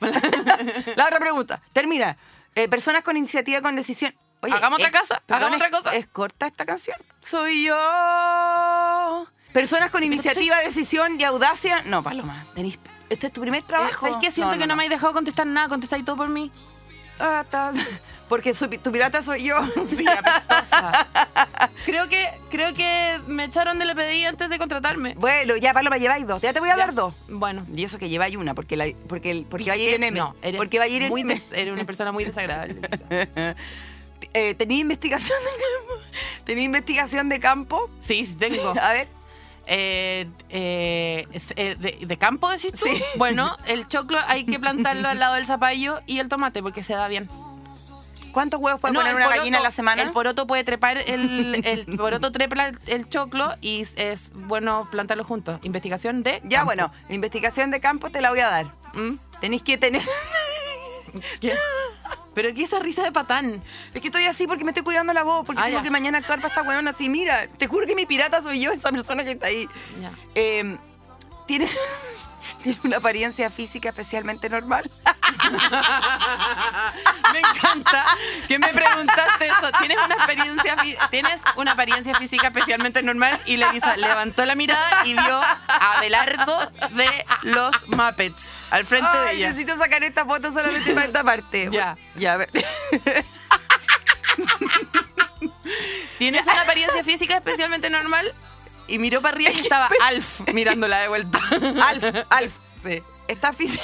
Speaker 1: la otra pregunta. Termina. Eh, personas con iniciativa, con decisión.
Speaker 2: Hagamos otra
Speaker 1: es-
Speaker 2: cosa,
Speaker 1: perdón,
Speaker 2: hagamos
Speaker 1: es-
Speaker 2: otra cosa.
Speaker 1: Es corta esta canción. Soy yo. Personas con iniciativa, decisión y audacia. No, Paloma. Tenís, este es tu primer
Speaker 2: Eh,
Speaker 1: trabajo.
Speaker 2: ¿Sabes qué? Siento que no, me has dejado contestar nada, contestáis todo por mí.
Speaker 1: Ah, estás- Porque soy- tu pirata soy yo.
Speaker 2: Sí, apestosa. creo que creo que me echaron de la PDI antes de contratarme.
Speaker 1: Bueno, ya, Paloma, lleváis dos. Ya te voy a dar
Speaker 2: Ya.
Speaker 1: dos.
Speaker 2: Bueno.
Speaker 1: Y eso que lleváis una, porque, la, porque, el- porque va a ir en M.
Speaker 2: No, eres,
Speaker 1: porque va a ir en
Speaker 2: muy
Speaker 1: M.
Speaker 2: des- eres una persona muy desagradable. Lisa.
Speaker 1: Eh, ¿Tenía investigación de campo? ¿Tenía investigación de campo?
Speaker 2: Sí, sí, tengo.
Speaker 1: A ver.
Speaker 2: Eh, eh, es- eh, de, de campo decís tú?
Speaker 1: Sí.
Speaker 2: Bueno, el choclo hay que plantarlo al lado del zapallo y el tomate porque se da bien.
Speaker 1: ¿Cuántos huevos puede
Speaker 2: No,
Speaker 1: poner
Speaker 2: el
Speaker 1: una
Speaker 2: poroto-
Speaker 1: gallina a la semana?
Speaker 2: El poroto puede trepar el, el poroto trepa el- el choclo y es, es bueno plantarlo juntos. Investigación de
Speaker 1: ya,
Speaker 2: campo.
Speaker 1: bueno, investigación de campo te la voy a dar.
Speaker 2: ¿Mm?
Speaker 1: Tenéis que tener.
Speaker 2: ¿Qué? Pero qué esa risa de patán.
Speaker 1: Es que estoy así porque me estoy cuidando la voz, porque
Speaker 2: Ah,
Speaker 1: tengo
Speaker 2: ya.
Speaker 1: que mañana actuar para esta huevona así. Mira, te juro que mi pirata soy yo, esa persona que está ahí.
Speaker 2: Ya.
Speaker 1: Eh, tiene, tiene una apariencia física especialmente normal.
Speaker 2: Me encanta que me preguntaste eso. Tienes una experiencia fi- tienes una apariencia física especialmente normal y Lisa levantó la mirada y vio a Abelardo de los Muppets al frente
Speaker 1: Ay,
Speaker 2: de ella.
Speaker 1: necesito sacar esta foto solamente para esta parte.
Speaker 2: Ya.
Speaker 1: Ya, a ver.
Speaker 2: Tienes una apariencia física especialmente normal y miró para arriba y estaba Alf mirándola de vuelta.
Speaker 1: pues. Alf, Alf. ¿Estás fisi-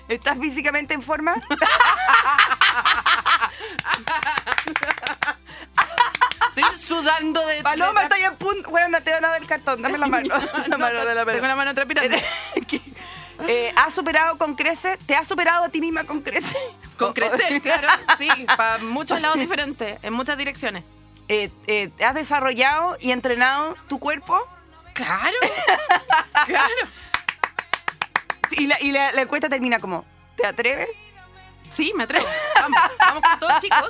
Speaker 1: ¿Estás físicamente en forma?
Speaker 2: Estoy sudando de
Speaker 1: Paloma,
Speaker 2: de-
Speaker 1: estoy en punto. Bueno, te van a dar el cartón. Dame la mano. La mano de la
Speaker 2: Tengo
Speaker 1: Paloma.
Speaker 2: la mano trepidante.
Speaker 1: Eh, ¿Has superado con creces? ¿Te has superado a ti misma con creces?
Speaker 2: Con crecer, claro. Sí, para muchos lados diferentes, en muchas direcciones.
Speaker 1: Eh, eh, ¿Has desarrollado y entrenado tu cuerpo?
Speaker 2: Claro. Claro.
Speaker 1: Y la, y la- la encuesta termina como, ¿te atreves?
Speaker 2: Sí, me atrevo. Vamos, vamos con todo, chicos.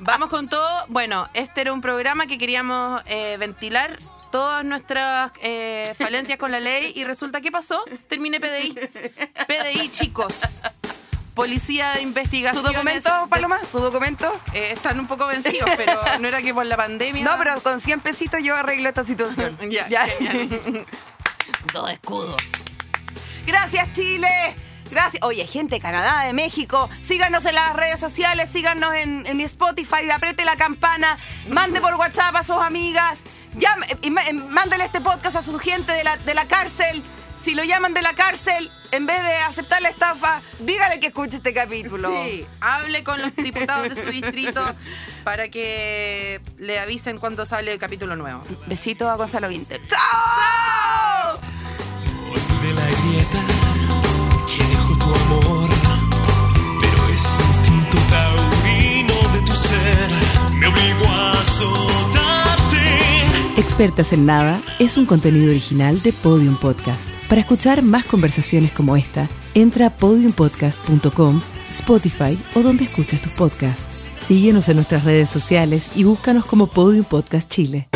Speaker 2: Vamos con todo. Bueno, este era un programa que queríamos eh, ventilar todas nuestras eh, falencias con la ley y resulta que pasó. Termine PDI. PDI, chicos. Policía de
Speaker 1: ¿Su
Speaker 2: investigación.
Speaker 1: documento, Paloma? ¿Su documento?
Speaker 2: están un poco vencidos, pero no era que por la pandemia.
Speaker 1: No, pero con 100 pesitos yo arreglo esta situación.
Speaker 2: Ya,
Speaker 1: Ya.
Speaker 2: genial.
Speaker 1: Gracias, Chile. Gracias. Oye, gente de Canadá, de México, síganos en las redes sociales, síganos en, en Spotify, apriete la campana, mande por WhatsApp a sus amigas, llame- y ma- en- mándele este podcast a su gente de la, de la cárcel. Si lo llaman de la cárcel, en vez de aceptar la estafa, dígale que escuche este capítulo.
Speaker 2: Sí, hable con los diputados de su distrito para que le avisen cuando sale el capítulo nuevo.
Speaker 1: Besito a Gonzalo Winter. ¡Chao!
Speaker 3: de la grieta que dejó tu amor, pero ese instinto taurino de tu ser me obligó a azotarte.
Speaker 4: Expertas en Nada es un contenido original de Podium Podcast. Para escuchar más conversaciones como esta, entra a podiumpodcast.com, Spotify o donde escuchas tus podcasts. Síguenos en nuestras redes sociales y búscanos como Podium Podcast Chile.